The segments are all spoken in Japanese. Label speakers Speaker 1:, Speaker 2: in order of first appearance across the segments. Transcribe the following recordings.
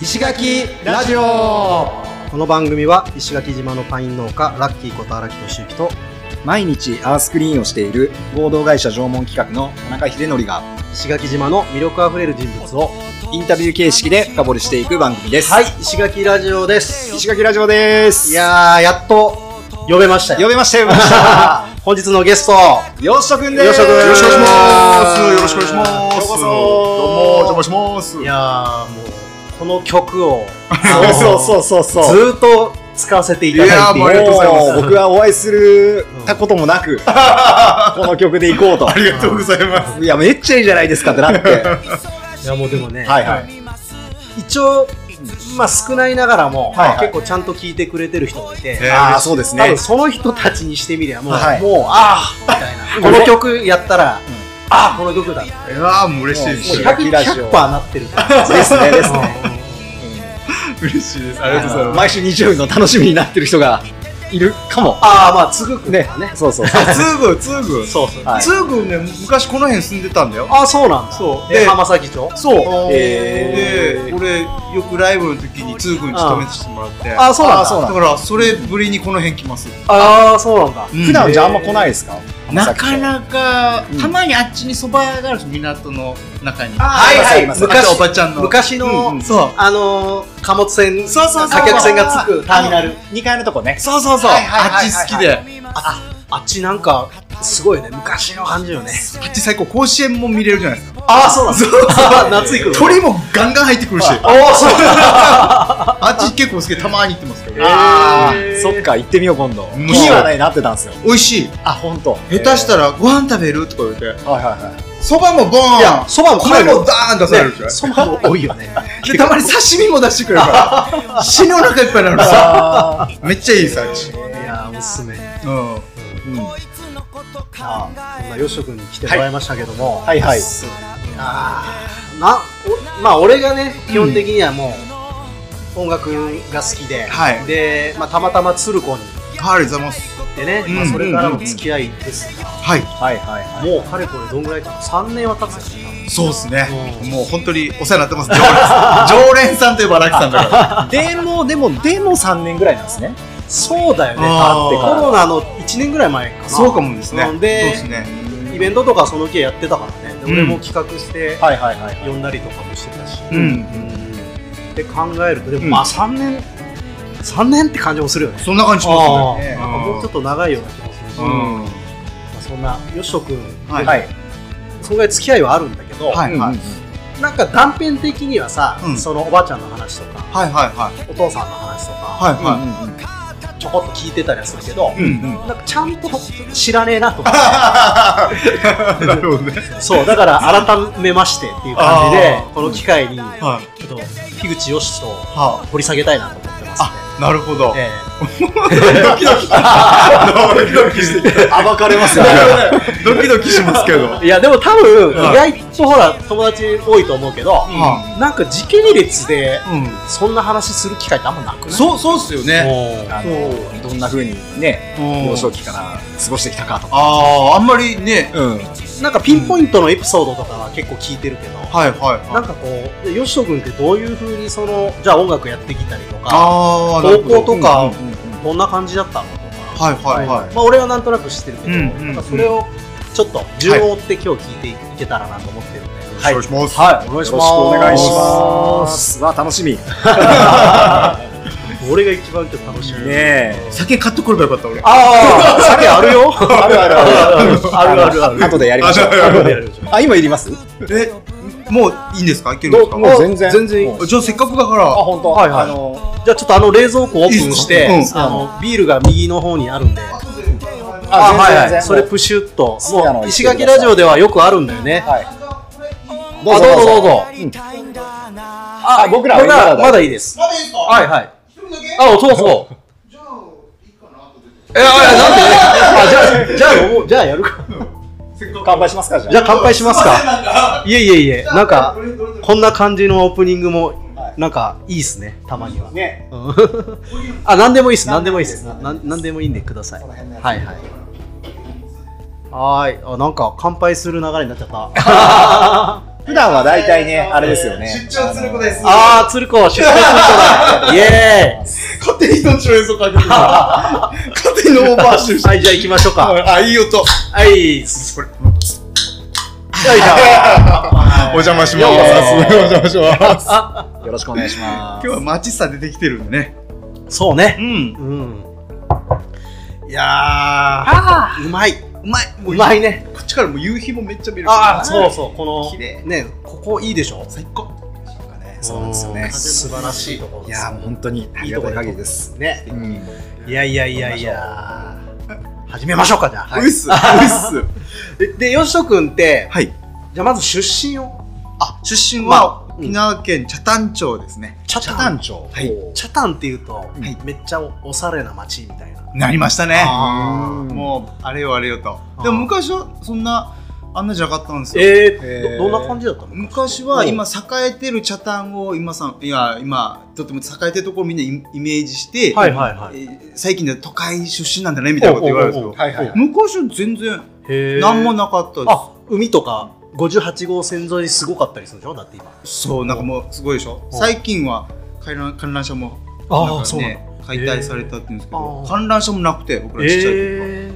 Speaker 1: 石垣ラジオ
Speaker 2: この番組は石垣島のパイン農家ラッキーこと荒木俊之と
Speaker 3: 毎日アースクリーンをしている合同会社縄文企画の田中秀則が
Speaker 2: 石垣島の魅力あふれる人物を
Speaker 3: インタビュー形式で深掘りしていく番組です。
Speaker 2: はい石垣ラジオです
Speaker 3: 石垣ラジオです。
Speaker 2: いやーやっと呼べました
Speaker 3: 呼
Speaker 2: よ
Speaker 3: べました呼べました。
Speaker 2: 本日のゲスト
Speaker 3: よしとくんです。
Speaker 2: よしとくん
Speaker 4: よろしくお願いします。よろしくお願いします。
Speaker 3: ようこそ
Speaker 4: どうも、お邪魔します。
Speaker 2: いやーもうこの曲を
Speaker 3: そうそうそうそうそう。
Speaker 2: ずーっと使わせてい
Speaker 3: い
Speaker 2: ただいて
Speaker 4: やーもうありがとうございます
Speaker 3: もう僕はお会いするたこともなく、この曲で行こう
Speaker 4: あ
Speaker 3: と。
Speaker 4: りがとうございます。
Speaker 3: いや、めっちゃいいじゃないですかってなって。
Speaker 2: いやもうでもね、
Speaker 3: はいはい。
Speaker 2: 一応まあ少ないながらも、
Speaker 3: はいはい
Speaker 2: 結構ちゃんと聞いてくれてる人もいて、
Speaker 4: ね
Speaker 3: ああ、そうです
Speaker 2: 多
Speaker 3: ね
Speaker 2: 分。その人たちにしてみりゃもう、
Speaker 3: はい
Speaker 2: もうああみた いなこの曲やったら、ああこの曲だも
Speaker 4: いやー、もう嬉しいで
Speaker 3: も
Speaker 4: す
Speaker 3: う。
Speaker 2: う100%なってるから
Speaker 3: ですね、ですね。
Speaker 4: 嬉しいです。ありがとうございます。
Speaker 3: 毎週日曜日の楽しみになってる人がいるかも。
Speaker 2: ああまあつぐくんと
Speaker 3: ね
Speaker 2: かね、
Speaker 3: そうそう。
Speaker 4: ツーグ、ツーグ。
Speaker 2: そうそう
Speaker 3: はい
Speaker 4: ツーグね、昔この辺住んでたんだよ。
Speaker 2: ああそうなんだ
Speaker 4: そう
Speaker 2: で
Speaker 4: で
Speaker 2: 浜崎町
Speaker 4: そう。
Speaker 3: へー
Speaker 4: で、俺、よくライブの時にツーグに勤めてもらって。
Speaker 2: ああそうなんだ
Speaker 3: あそう
Speaker 4: だ
Speaker 3: なん
Speaker 4: から、それぶりにこの辺来ます。
Speaker 2: ああそうなんだ
Speaker 3: 普段じゃあんま来ない
Speaker 4: い。
Speaker 3: ですか
Speaker 4: なかなか
Speaker 3: うん、
Speaker 4: たまにあっちにそば屋があるんです港の中に。
Speaker 2: あ
Speaker 3: ーはいはい
Speaker 4: おばちゃんおばちゃんの。
Speaker 2: 昔の、
Speaker 3: うんうん
Speaker 4: そう。
Speaker 2: あのー、貨物船
Speaker 4: そうそうそう
Speaker 2: 貨客船がつくターミナル
Speaker 3: 2階のとこね。
Speaker 4: そうそうそう。
Speaker 2: はいはいはい
Speaker 4: あ
Speaker 2: はい
Speaker 4: っち好きで。
Speaker 2: あっちなんかすごいね昔の感じよね
Speaker 4: あっち最高。甲子園も見れるじゃないですか。
Speaker 2: ああそうなんだあー夏行くの
Speaker 4: 鳥もガンガン入ってくるし。
Speaker 2: ああそうなんだ
Speaker 4: あっち結構好きでたまに行ってますけど。
Speaker 3: あ
Speaker 2: へー
Speaker 3: ーそっか、行ってみよう今度。
Speaker 4: ん
Speaker 3: 気にはないなってたんですよ。
Speaker 4: 美味しい。
Speaker 3: あ、ほんと。
Speaker 4: 下手した
Speaker 3: ら。
Speaker 4: らご飯食べるとか言って。
Speaker 3: はいはいはい。
Speaker 4: そばもボーン
Speaker 2: いやそばも
Speaker 4: 米
Speaker 2: 帰る
Speaker 4: もダーン出されるじゃん。
Speaker 2: そばも多いよね
Speaker 4: で、たまに刺身も出してくれる から。死ぬお腹いっぱいになるさ。
Speaker 3: あ
Speaker 4: めっちゃいいさ、あっち。
Speaker 2: いやーおすすめあ
Speaker 4: うん。
Speaker 3: ーうんは
Speaker 2: あこんなよしとくんに来てもらいましたけども、
Speaker 3: いはい。
Speaker 2: あーなおまあ俺がね基本的にはもう、音楽が好きで、
Speaker 4: はい
Speaker 2: で、まあ、たまたま鶴子に
Speaker 4: ありがとうございます。
Speaker 2: 行ってね、
Speaker 4: うん
Speaker 2: まあ、それからの付き合いですが、
Speaker 4: はい。
Speaker 3: はいはいはい。
Speaker 2: もうかれこれどんぐらいか3年は経つよね
Speaker 4: そうですね
Speaker 2: う。ん
Speaker 4: もう本当にお世話になってます。常連常連さんといえばラキさんだから。
Speaker 3: でも、でも、でも3年ぐらいなんですね。
Speaker 2: そうだよね
Speaker 4: あ
Speaker 2: コ
Speaker 4: ー
Speaker 2: ロナの1年ぐらい前かな
Speaker 4: そうかもですね。
Speaker 2: な
Speaker 4: そ
Speaker 2: ん
Speaker 4: う
Speaker 2: で
Speaker 4: ですね。
Speaker 2: イベントとかその系やってたからねで
Speaker 4: うん
Speaker 2: 俺も企画して
Speaker 3: はいはいはいはい。
Speaker 2: 呼んだりとかもしてたし、
Speaker 4: う
Speaker 2: っ
Speaker 4: ん。
Speaker 2: て考えるとでも
Speaker 4: うん
Speaker 2: まあ3年3年って感じもするよね
Speaker 4: そんな感じし
Speaker 2: あ
Speaker 4: ま
Speaker 2: あ
Speaker 4: すね。
Speaker 2: なんかもうちょっと長いような気もするし、
Speaker 4: う
Speaker 2: ま
Speaker 4: ん。
Speaker 2: あ、そんなよしとくん、
Speaker 4: はい
Speaker 3: はい。
Speaker 2: そんぐらい付き合いはあるんだけど、
Speaker 4: はい
Speaker 3: うんうん
Speaker 4: は
Speaker 3: う
Speaker 4: い
Speaker 3: ん。
Speaker 2: なんか断片的にはさ、
Speaker 4: うん
Speaker 2: そのおばあちゃんの話とか
Speaker 4: はいはいはい。
Speaker 2: お父さんの話とか、
Speaker 4: はいはい。
Speaker 2: ちょこっと聞いてたりはするけど、
Speaker 4: うんうん。
Speaker 2: なんかちゃんと知らねえなとか
Speaker 4: なるほどね。
Speaker 2: そうだから改めましてっていう感じで
Speaker 4: あー
Speaker 2: この機会にちょ
Speaker 4: はい。
Speaker 2: っと樋口よしと
Speaker 4: は
Speaker 2: 掘り下げたいなと思ってますね。
Speaker 4: あ、なるほど。
Speaker 2: ええ
Speaker 4: ドキドキ。ドキドキしてきた。暴かれ ますよね。ドキドキしますけど。はい
Speaker 2: やでも多分意
Speaker 4: は
Speaker 2: 外とほら友達多いと思うけど、
Speaker 4: い
Speaker 2: なんか時系列で
Speaker 4: うん。
Speaker 2: そんな話する機会ってあんまなくない
Speaker 4: そう、そうっすよね。
Speaker 2: も
Speaker 3: あの、どんな風にね、
Speaker 4: うん
Speaker 3: 幼少期から過ごしてきたかとか。
Speaker 4: ああ、あんまりね。
Speaker 3: うん。は
Speaker 2: うなんかピンポイントのエピソードとかは結構聞いてるけど、
Speaker 4: はいはい
Speaker 2: な
Speaker 4: は
Speaker 2: ん
Speaker 4: い。
Speaker 2: かこうでよしと君ってどういう風にそのじゃあ音楽やってきたりとか
Speaker 4: ああ、な
Speaker 2: 高
Speaker 4: るほど
Speaker 2: 校とか
Speaker 3: い
Speaker 2: どんな感じだったのとか、
Speaker 4: はいはいはい。
Speaker 2: まあ、俺はなんとなく知ってるけど、
Speaker 4: うんうんうん
Speaker 2: なんかそれをちょっと順を追って今日聞いていけたらなと思ってるんで、
Speaker 4: よろしくお願いします。
Speaker 2: はい、お願いし
Speaker 3: よ
Speaker 2: ます
Speaker 3: ろしくお願いします。わ、楽しみ。
Speaker 2: 俺が一番今日楽しみ
Speaker 3: ねえ。
Speaker 4: 酒買ってくればよかった俺。
Speaker 2: ああ、酒あるよ。
Speaker 3: あるある
Speaker 2: あるあるあるある
Speaker 3: 後でやりましょう。あ、今いります
Speaker 4: え、もういいんですかいけるんですか
Speaker 3: もう全然
Speaker 2: 全然。
Speaker 4: じゃあせっかくだから。
Speaker 3: 本当。
Speaker 2: はいはい
Speaker 3: あの、
Speaker 2: じゃあちょっとあの冷蔵庫オープンして、
Speaker 4: いいっす
Speaker 2: あのビールが右の方にあるんで。
Speaker 3: あ全然全然
Speaker 2: それプシュッと。
Speaker 3: 好きなの
Speaker 2: も
Speaker 3: 言っ
Speaker 2: う
Speaker 3: て
Speaker 2: 石
Speaker 3: ください
Speaker 2: 垣ラジオではよくあるんだよね。
Speaker 3: はい。
Speaker 2: あ
Speaker 3: どうぞ
Speaker 2: どうぞどうぞ。
Speaker 3: うん
Speaker 2: あ
Speaker 3: 僕らは
Speaker 2: まだ
Speaker 3: まだ
Speaker 2: まだいいです。はいはい。あ、そうそう。え、あ、いやなんで？あ、じゃあじゃあもうじゃあやるか。
Speaker 3: 乾杯しますかじゃあ。
Speaker 2: じゃあ乾杯します か。いえいえいえ、なんかこんな感じのオープニングもなんかいいですね、たまには。
Speaker 3: ね。
Speaker 2: うん あ、なんでもいいです、なんでもいいです、なんなんでもいいんでください。はいはい。 はーい、あ、なんか乾杯する流れになっちゃった。
Speaker 5: 普段は大体ね、あれですよね。
Speaker 4: 出張する子です。
Speaker 2: あー、鶴子、出張する子だ。イエーイ。
Speaker 4: 勝手に人んちの演奏かけ てる。勝手にノーバーシュして
Speaker 2: はい、じゃあ行きましょうか。
Speaker 4: あ、いい音。
Speaker 2: はい。
Speaker 4: これ
Speaker 2: よいし
Speaker 4: お邪魔します。
Speaker 2: よ
Speaker 4: お
Speaker 2: うこ
Speaker 4: 邪魔します。
Speaker 5: よろしくお願いしま
Speaker 4: 今日はマチスタ出てきてるんでね。
Speaker 2: ょ。そうね。
Speaker 4: ん。
Speaker 2: うん。
Speaker 4: いやー、
Speaker 2: ああ。うまい。
Speaker 4: うまい。も
Speaker 2: う
Speaker 4: う
Speaker 2: まいね。
Speaker 4: こっちからもう夕日もめっちゃ見える。
Speaker 2: ああ、そうそう。こ
Speaker 4: 綺
Speaker 2: の、
Speaker 4: 麗
Speaker 2: ね、ここいいでしょ。
Speaker 4: 最高。
Speaker 5: す。ねそうなんですよ
Speaker 2: うん
Speaker 5: ね。
Speaker 2: 素晴らしいところ
Speaker 5: い
Speaker 2: で
Speaker 5: やー、もう
Speaker 2: す。
Speaker 5: 本当にありがたい限りです。
Speaker 2: ね。
Speaker 5: うん。
Speaker 2: いやいやいやいや。始めましょうか、じゃあ。
Speaker 4: ういっす。ういっす。
Speaker 2: で、でよしとくんって、
Speaker 4: はい。
Speaker 2: じゃあまず出身を。
Speaker 4: あ、出身
Speaker 2: は
Speaker 4: は沖縄県北谷町ですね。
Speaker 2: チャ
Speaker 5: 北谷町。
Speaker 4: はい
Speaker 2: チャタンっていうと
Speaker 4: い、
Speaker 2: めっちゃおしゃれな街みたいな。
Speaker 4: なりましたね。
Speaker 5: あー
Speaker 4: もう、あれよあれよと
Speaker 2: あ。ー
Speaker 4: でも昔はそんな、あんなじゃなかったんですよ。
Speaker 2: え
Speaker 5: えー
Speaker 2: どどんな感じだったの
Speaker 4: 昔は今栄えてる茶炭を今さんいや今とても栄えてるところをみんなイイメージして、
Speaker 2: はいはいはい
Speaker 4: えー最近では都会出身なんだねみたいなこと言われるんです
Speaker 2: おうお
Speaker 4: よ
Speaker 2: う
Speaker 5: はいはいはい。
Speaker 4: 昔は全然
Speaker 2: へー
Speaker 4: 何もなかったで
Speaker 2: あ海とか58号線沿いにすごかったりするでしょだって今
Speaker 4: すそうなんかもうすごいでしょ
Speaker 2: お
Speaker 4: 最近は観覧観覧車も
Speaker 2: あー
Speaker 4: なんか
Speaker 2: そうなん
Speaker 4: ね解体されたって言うんですけ
Speaker 2: へ
Speaker 4: ど
Speaker 2: ー
Speaker 4: 観覧車もなくて僕らちっちゃい時は、
Speaker 2: え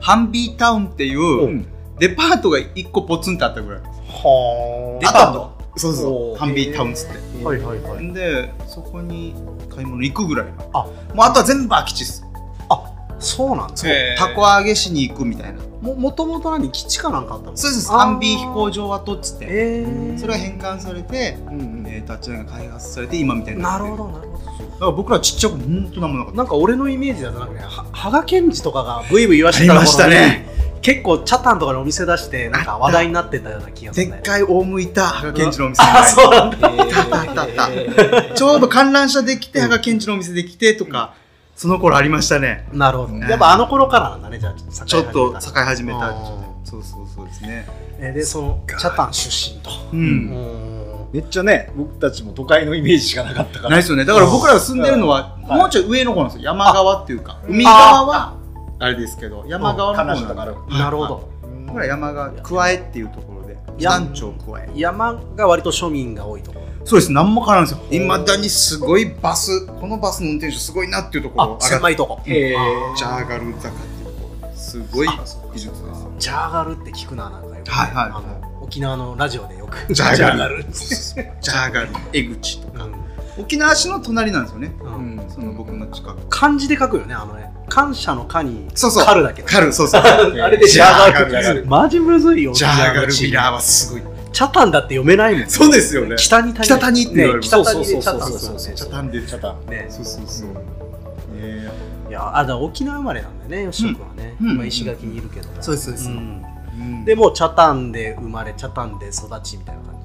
Speaker 4: ハンビータウンってい
Speaker 2: お
Speaker 4: うデパートが1個ポツンとあったぐらい
Speaker 2: ー、は
Speaker 4: デ
Speaker 2: あ
Speaker 4: パートそう
Speaker 2: お
Speaker 4: そう
Speaker 2: ー
Speaker 4: ハンビータウンっつって
Speaker 2: はいはいはい
Speaker 4: でそこに買い物行くぐらいの
Speaker 2: あ
Speaker 4: もうあとは全部空き地っす
Speaker 2: そうなんですね
Speaker 4: たこ揚げしに行くみたいな
Speaker 2: ももともと何基地かなんかあったの
Speaker 4: そうです
Speaker 2: あー
Speaker 4: ハンビー飛行場跡っつって
Speaker 2: えー、
Speaker 4: それが変換されてえータッチラインが開発されて今みたいに
Speaker 2: な
Speaker 4: って
Speaker 2: る
Speaker 4: る
Speaker 2: ほどなるほ
Speaker 4: だから僕らちっちゃくほんとなんもなか
Speaker 2: ど
Speaker 4: った
Speaker 2: なんか俺のイメージだとなんかねは羽賀健二とかがブイブイ言わしてた
Speaker 4: ありましたね
Speaker 2: 頃に結構チャタンとかでお店出してなんか話題になってたような気がす
Speaker 4: で
Speaker 2: るね
Speaker 4: っかい大向いた羽賀健二のお店
Speaker 2: あそうなんだ
Speaker 4: あったあったあったちょうど観覧車できて羽賀健二のお店できてとかその頃ありましたね
Speaker 2: なるほど、
Speaker 4: ね
Speaker 2: やっぱあの頃からなんだねじゃあ栄え始めた
Speaker 4: ちょっと栄え始め
Speaker 2: あ
Speaker 4: た
Speaker 2: ー
Speaker 4: そうそうそうですね
Speaker 2: えでそのチャタン出身と
Speaker 4: うん
Speaker 2: う
Speaker 5: めっちゃね、僕たちも都会のイメージしかな かったか
Speaker 4: ない
Speaker 5: ら。
Speaker 4: ですよね。だから僕らが住んでるのは、
Speaker 5: はい
Speaker 4: もうちょい上の方なんですよ。山側っていうか、海側は、あれですけど、山側の方
Speaker 5: 悲
Speaker 4: なん
Speaker 5: し
Speaker 4: で
Speaker 5: かったから。
Speaker 2: んなるほど
Speaker 4: 僕ら山側、加えっていうところで、
Speaker 2: や
Speaker 4: 山頂加え。
Speaker 2: 山が割と庶民が多いところ
Speaker 4: そうです、何も変わらんですよ。いまだにすごいバス、このバスの運転手すごいなっていうところ
Speaker 2: あ
Speaker 4: 上が
Speaker 2: 狭
Speaker 4: っ
Speaker 2: いとこ
Speaker 5: え
Speaker 2: あ
Speaker 5: ー
Speaker 2: ー
Speaker 4: ジャーガル坂っていうところですごい技術です。
Speaker 2: ジャーガルって聞くななんかよくね
Speaker 4: はいはい
Speaker 2: あの沖縄のラジオでよ く
Speaker 4: ジャーガル
Speaker 2: ル
Speaker 4: ジャーガル、江口とか。
Speaker 2: うん
Speaker 4: 沖縄市の隣なんですよね。
Speaker 2: う
Speaker 5: うんん
Speaker 4: その僕の近 く。
Speaker 2: 漢字で書くよねあのね感謝の「か」に「
Speaker 4: そうそう
Speaker 2: カルだけど
Speaker 4: カル、そうそう。
Speaker 2: あれでジャーガル
Speaker 4: ジャーガ ル
Speaker 2: マジむずいよ
Speaker 4: ジャーガル
Speaker 2: チー
Speaker 4: ビ
Speaker 2: ム
Speaker 4: ラーはすごい。
Speaker 2: チャタンだって読めないもん
Speaker 4: そうですよね。
Speaker 2: 北に谷
Speaker 4: 北谷って言われ
Speaker 2: ね
Speaker 4: る
Speaker 2: 北
Speaker 5: そ
Speaker 2: 谷
Speaker 5: うそ
Speaker 2: で
Speaker 5: う
Speaker 2: チャ
Speaker 5: そう
Speaker 2: タン
Speaker 5: そうそう
Speaker 4: チャタンでチャタン。
Speaker 2: ね
Speaker 4: そうそうそう。え
Speaker 2: いやあだから沖縄生まれなんだよね吉野君はね、
Speaker 4: うん
Speaker 2: 今石垣にいるけど、
Speaker 4: そうですそうです
Speaker 2: ん
Speaker 4: ー
Speaker 2: でもうチャタンで生まれチャタンで育ちみたいな感じ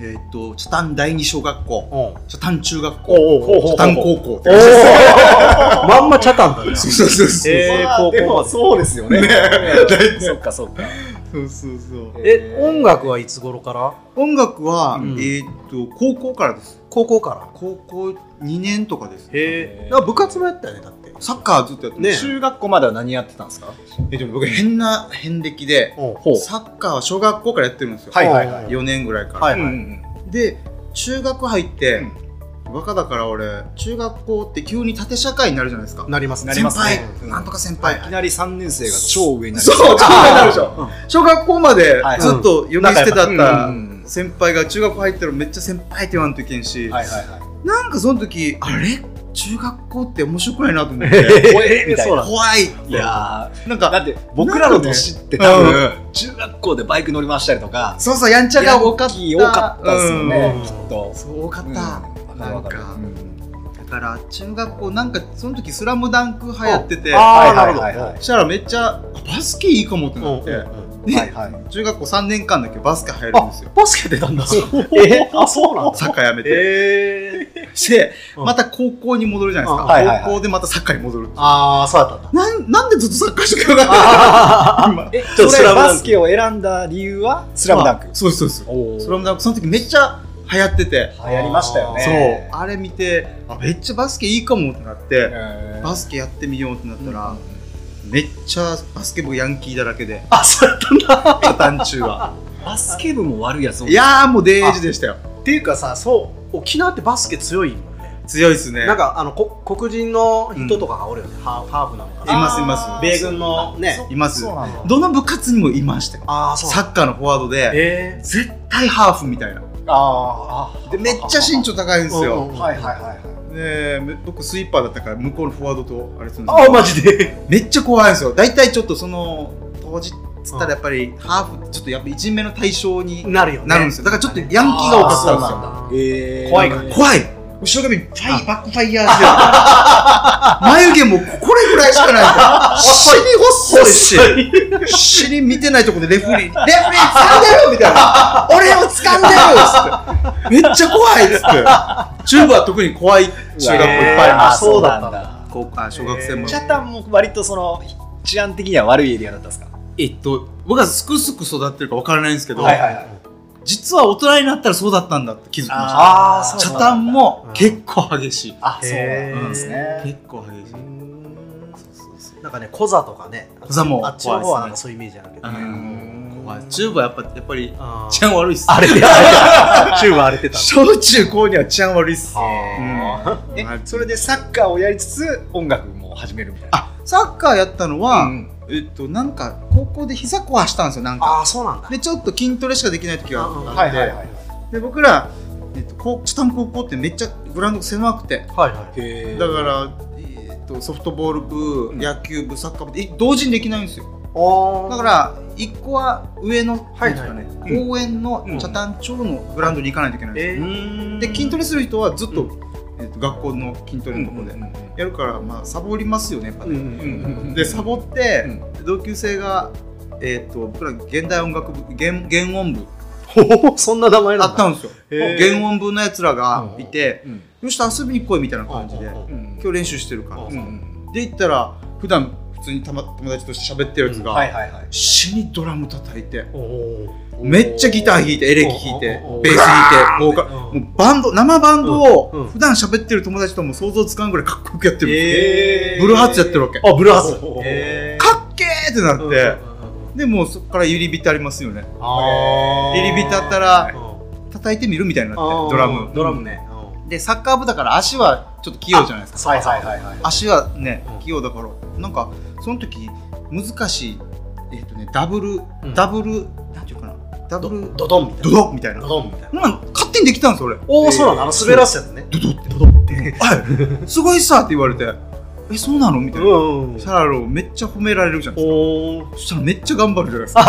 Speaker 4: えーっと、チャタン第二小学校、
Speaker 2: お
Speaker 4: チャタン中学
Speaker 2: おうおうおうおう
Speaker 4: 校、チャタン高校って。
Speaker 2: おまんまチャタンだね
Speaker 4: そうそうそうそう。
Speaker 2: えー
Speaker 5: まあ
Speaker 2: 高校
Speaker 5: でもそうですよね。
Speaker 4: 大
Speaker 5: そっかそっか。
Speaker 4: そうそうそう。
Speaker 2: え音楽はいつ頃から
Speaker 4: 音楽は、
Speaker 2: うん
Speaker 4: えーっと、高校からです。
Speaker 2: 高校から
Speaker 4: 高校2年とかです。
Speaker 2: へえ
Speaker 5: え
Speaker 2: なんか部活もやったよねだって
Speaker 4: サッカーずっとやってま
Speaker 2: ね
Speaker 4: す。
Speaker 5: 中学校までは何やってたんですか
Speaker 4: えーでも僕変な遍歴で、
Speaker 2: お
Speaker 5: ほ
Speaker 4: サッカーは小学校からやってるんですよ。
Speaker 5: はいはいはい
Speaker 4: 4年ぐらいから。
Speaker 2: はいはい、
Speaker 4: で中学入って、
Speaker 5: うん
Speaker 4: バカだから俺中学校って急に縦社会になるじゃないですか
Speaker 2: なります
Speaker 5: なりますね
Speaker 4: 先輩、
Speaker 5: うん
Speaker 4: なんとか先
Speaker 5: い
Speaker 4: 輩、
Speaker 5: きなり3年生が超上になる。
Speaker 4: そう中学校になるでしょ、小学校まで
Speaker 5: はい
Speaker 4: ずっと呼び捨てだっ
Speaker 5: うん
Speaker 4: た
Speaker 5: うん
Speaker 4: 先輩が中学校入ったらめっちゃ先輩って言わんといけんし、
Speaker 5: はいはいはい。
Speaker 4: なんかその時あれ中学校って面白くないなと思 って
Speaker 2: え
Speaker 5: 怖えみたいな
Speaker 2: そうなんだ
Speaker 4: 怖い
Speaker 5: いや
Speaker 4: なん
Speaker 5: ーだ
Speaker 4: か
Speaker 5: って僕らの年って多分、中学校でバイク乗り回したりとか、
Speaker 4: そうそうやんちゃが多かった
Speaker 5: 多かったですよ
Speaker 2: うん
Speaker 5: ね、きっと。
Speaker 4: そう多かった、
Speaker 5: うんわかるわかる
Speaker 4: なんか
Speaker 5: うん
Speaker 4: だから中学校なんかその時スラムダンク流行ってて
Speaker 2: ああな
Speaker 5: は
Speaker 2: る
Speaker 5: い
Speaker 2: ほど
Speaker 5: はいはいはい
Speaker 4: そしたらめっちゃあバスケいいかもってなって、
Speaker 2: うん
Speaker 4: で
Speaker 5: はいはい。
Speaker 4: 中学校3年間だけバスケ入るん
Speaker 2: あ
Speaker 4: ですよ
Speaker 2: バスケ出たんだ えあそうなんだ
Speaker 4: サッカーやめて、
Speaker 2: ええ
Speaker 4: して
Speaker 2: うん
Speaker 4: また高校に戻るじゃないですか、
Speaker 2: あ
Speaker 5: はいはいはい
Speaker 4: 高校でまたサッカーに戻る
Speaker 2: ああそうだったんだ
Speaker 4: なんなんでずっとサッカーしてくれなかっ
Speaker 5: え、
Speaker 2: ちょっと
Speaker 5: そ
Speaker 2: スラ
Speaker 5: れ
Speaker 2: ムダンク
Speaker 5: バスケを選んだ理由はス
Speaker 4: た
Speaker 5: ラムダンク。
Speaker 4: そうですそうで
Speaker 5: お
Speaker 4: す
Speaker 5: ー
Speaker 4: スラムダンクその時めっちゃ流行ってて、
Speaker 5: 流行りましたよ
Speaker 4: そう
Speaker 5: ね。
Speaker 4: あれ見てあめっちゃバスケいいかもってなって、
Speaker 5: えー
Speaker 4: バスケやってみようってなったら、 めっちゃバスケ部ヤンキーだらけで
Speaker 2: あそうだったんだ
Speaker 4: パタン中は
Speaker 5: バスケ部も悪いやつ多
Speaker 4: いやーもうデージでしたよ
Speaker 2: っていうかさそう沖縄ってバスケ強いもんね
Speaker 4: 強いっすね
Speaker 2: なんかあのこ黒人の人とかがおるよね、ハーフハーフなのか
Speaker 4: い
Speaker 2: な
Speaker 4: ますいます
Speaker 2: 米軍のね
Speaker 4: います
Speaker 3: そうなんだ
Speaker 4: どの部活にもいましたよ
Speaker 2: ああそう
Speaker 4: サッカーのフォワードで
Speaker 2: え
Speaker 4: 絶対ハーフみたいな
Speaker 3: あーあ
Speaker 4: でめっちゃ身長高いんです
Speaker 2: うんうん
Speaker 4: よ
Speaker 2: うん
Speaker 3: ーはいはいはいはい
Speaker 4: で僕スイッパーだったから向こうのフォワードとあれするんです
Speaker 2: あ
Speaker 4: け
Speaker 2: あ
Speaker 4: ど
Speaker 2: マジで
Speaker 4: めっちゃ怖いんですよ大体ちょっとその当時っつったらやっぱりハーフってちょっとやっぱいじめの対象に
Speaker 2: なるよね
Speaker 4: なるんですよだからちょっとヤンキーが多かったんですよ
Speaker 2: ん
Speaker 5: え
Speaker 2: 怖いからね
Speaker 4: 怖い後ろ髪ファイバックファイヤーしてる 眉毛もこれぐらいしかないんですよ尻 細いし尻見てないとこでレフェリーレフェリー掴んでるみたいな俺を掴んでるっつってめっちゃ怖いっつって中部は特に怖い中学校いっぱいありま
Speaker 3: あ
Speaker 4: す
Speaker 3: そうだったんだ
Speaker 4: 高校あ小学生も、
Speaker 3: 北谷も割とその治安的には悪いエリアだったんですか
Speaker 4: えっと僕はすくすく育ってるかわからないんですけど、
Speaker 3: はいはいはい
Speaker 4: 実は大人になったらそうだったんだって気づきまし
Speaker 3: あ
Speaker 2: あー
Speaker 3: そ
Speaker 4: た
Speaker 3: う
Speaker 4: チャ
Speaker 3: なん
Speaker 4: タ
Speaker 3: だ
Speaker 4: ンも結構激しい
Speaker 3: あそう
Speaker 2: へー
Speaker 3: なんですね
Speaker 4: 結構激しい
Speaker 2: なんかねコザとかね
Speaker 4: コザも
Speaker 2: あっちの方はなんかそういうイメージあるけどね、
Speaker 4: うん怖いチューブはやっぱやっぱり
Speaker 2: あ
Speaker 4: 治安悪いっす
Speaker 2: れてた中は荒れてた
Speaker 4: 小中高には治安悪いっす
Speaker 3: あーえそれでサッカーをやりつつ音楽も始めるみたいな
Speaker 4: あサッカーやったのは、
Speaker 3: うん
Speaker 4: えっとなんか高校で膝壊したんですよなんか
Speaker 2: ああそうなんだ
Speaker 4: でちょっと筋トレしかできない時があって、
Speaker 3: はいはいはいはい
Speaker 4: で僕ら、えっと、こうチタン高校ってめっちゃグラウンド狭くて
Speaker 2: はいはい
Speaker 3: へ
Speaker 4: だから、えっとソフトボール部、
Speaker 3: うん
Speaker 4: 野球部サッカー部ってえ同時にできないんですよ
Speaker 2: お
Speaker 4: だから一個は上の、
Speaker 2: はい
Speaker 4: なんてうか
Speaker 3: はいう
Speaker 4: ね、公園の
Speaker 3: うん
Speaker 4: 茶炭町のグラウンドに行かないといけないんですよ、
Speaker 2: え
Speaker 4: で筋ト
Speaker 2: レ
Speaker 4: レする人はずっと、
Speaker 2: う
Speaker 4: えっと学校の筋トレのとこで
Speaker 3: うん
Speaker 4: やるから、まあ、サボりますよねやっぱ
Speaker 2: うん
Speaker 4: ね、
Speaker 2: うんうん
Speaker 3: うん
Speaker 4: でサボって、
Speaker 3: うん
Speaker 4: 同級生が、えっと僕ら現代音楽部弦弦音部
Speaker 2: ほほそんな名前
Speaker 4: あ
Speaker 2: なんだ
Speaker 4: ったんですよ
Speaker 2: へー
Speaker 4: 弦音部のやつらがいて、
Speaker 3: うん
Speaker 4: よし遊びに来いみたいな感じで、
Speaker 2: うんうんうん
Speaker 4: 今日練習してるから、
Speaker 2: うん
Speaker 3: うん
Speaker 4: で行ったら普段普通にたま友達として喋ってるやつが、
Speaker 3: はいはいはい
Speaker 4: 死にドラム叩いて
Speaker 2: おー
Speaker 4: めっちゃギター弾いてエレキ弾いて
Speaker 2: おー
Speaker 4: ベース弾いてボーカル
Speaker 2: うん
Speaker 4: もうバンド生バンド
Speaker 2: うんう
Speaker 4: を
Speaker 2: ん
Speaker 4: 普段喋ってる友達とも想像つかんぐらいかっこよくやってるんで
Speaker 3: え
Speaker 4: すよ、
Speaker 3: ー
Speaker 4: ブルーハーツやってるわけ
Speaker 2: あブルーハーツ
Speaker 3: え
Speaker 4: かっけーってなって、
Speaker 2: で
Speaker 4: でもうそこからゆりビタありますよね
Speaker 2: あ
Speaker 4: ゆりビタあった
Speaker 2: た
Speaker 4: ら叩いてみるみたいになってドラム
Speaker 2: ドラムね
Speaker 4: でサッカー部だから足はちょっと器用じゃないですか
Speaker 3: はいはいはいはい
Speaker 4: 足はね
Speaker 2: うん
Speaker 4: 器用だからなんかその時難しいえっ、とねダブル、
Speaker 2: うん
Speaker 4: ダブルなんていうかなダブル
Speaker 2: ドドンみたいな
Speaker 4: ドドッみたいな
Speaker 2: ドドンみたいな
Speaker 4: なんか勝手にできたんですよ俺
Speaker 2: おおそうなんだあの滑らすやつね
Speaker 4: ドドって
Speaker 2: ドドンって
Speaker 4: はい、すごいさって言われて、え、そうなのみたいな。
Speaker 2: ん
Speaker 4: そしたら俺めっちゃ褒められるじゃん。そ
Speaker 2: おお
Speaker 4: したらめっちゃ頑張るじゃないですか。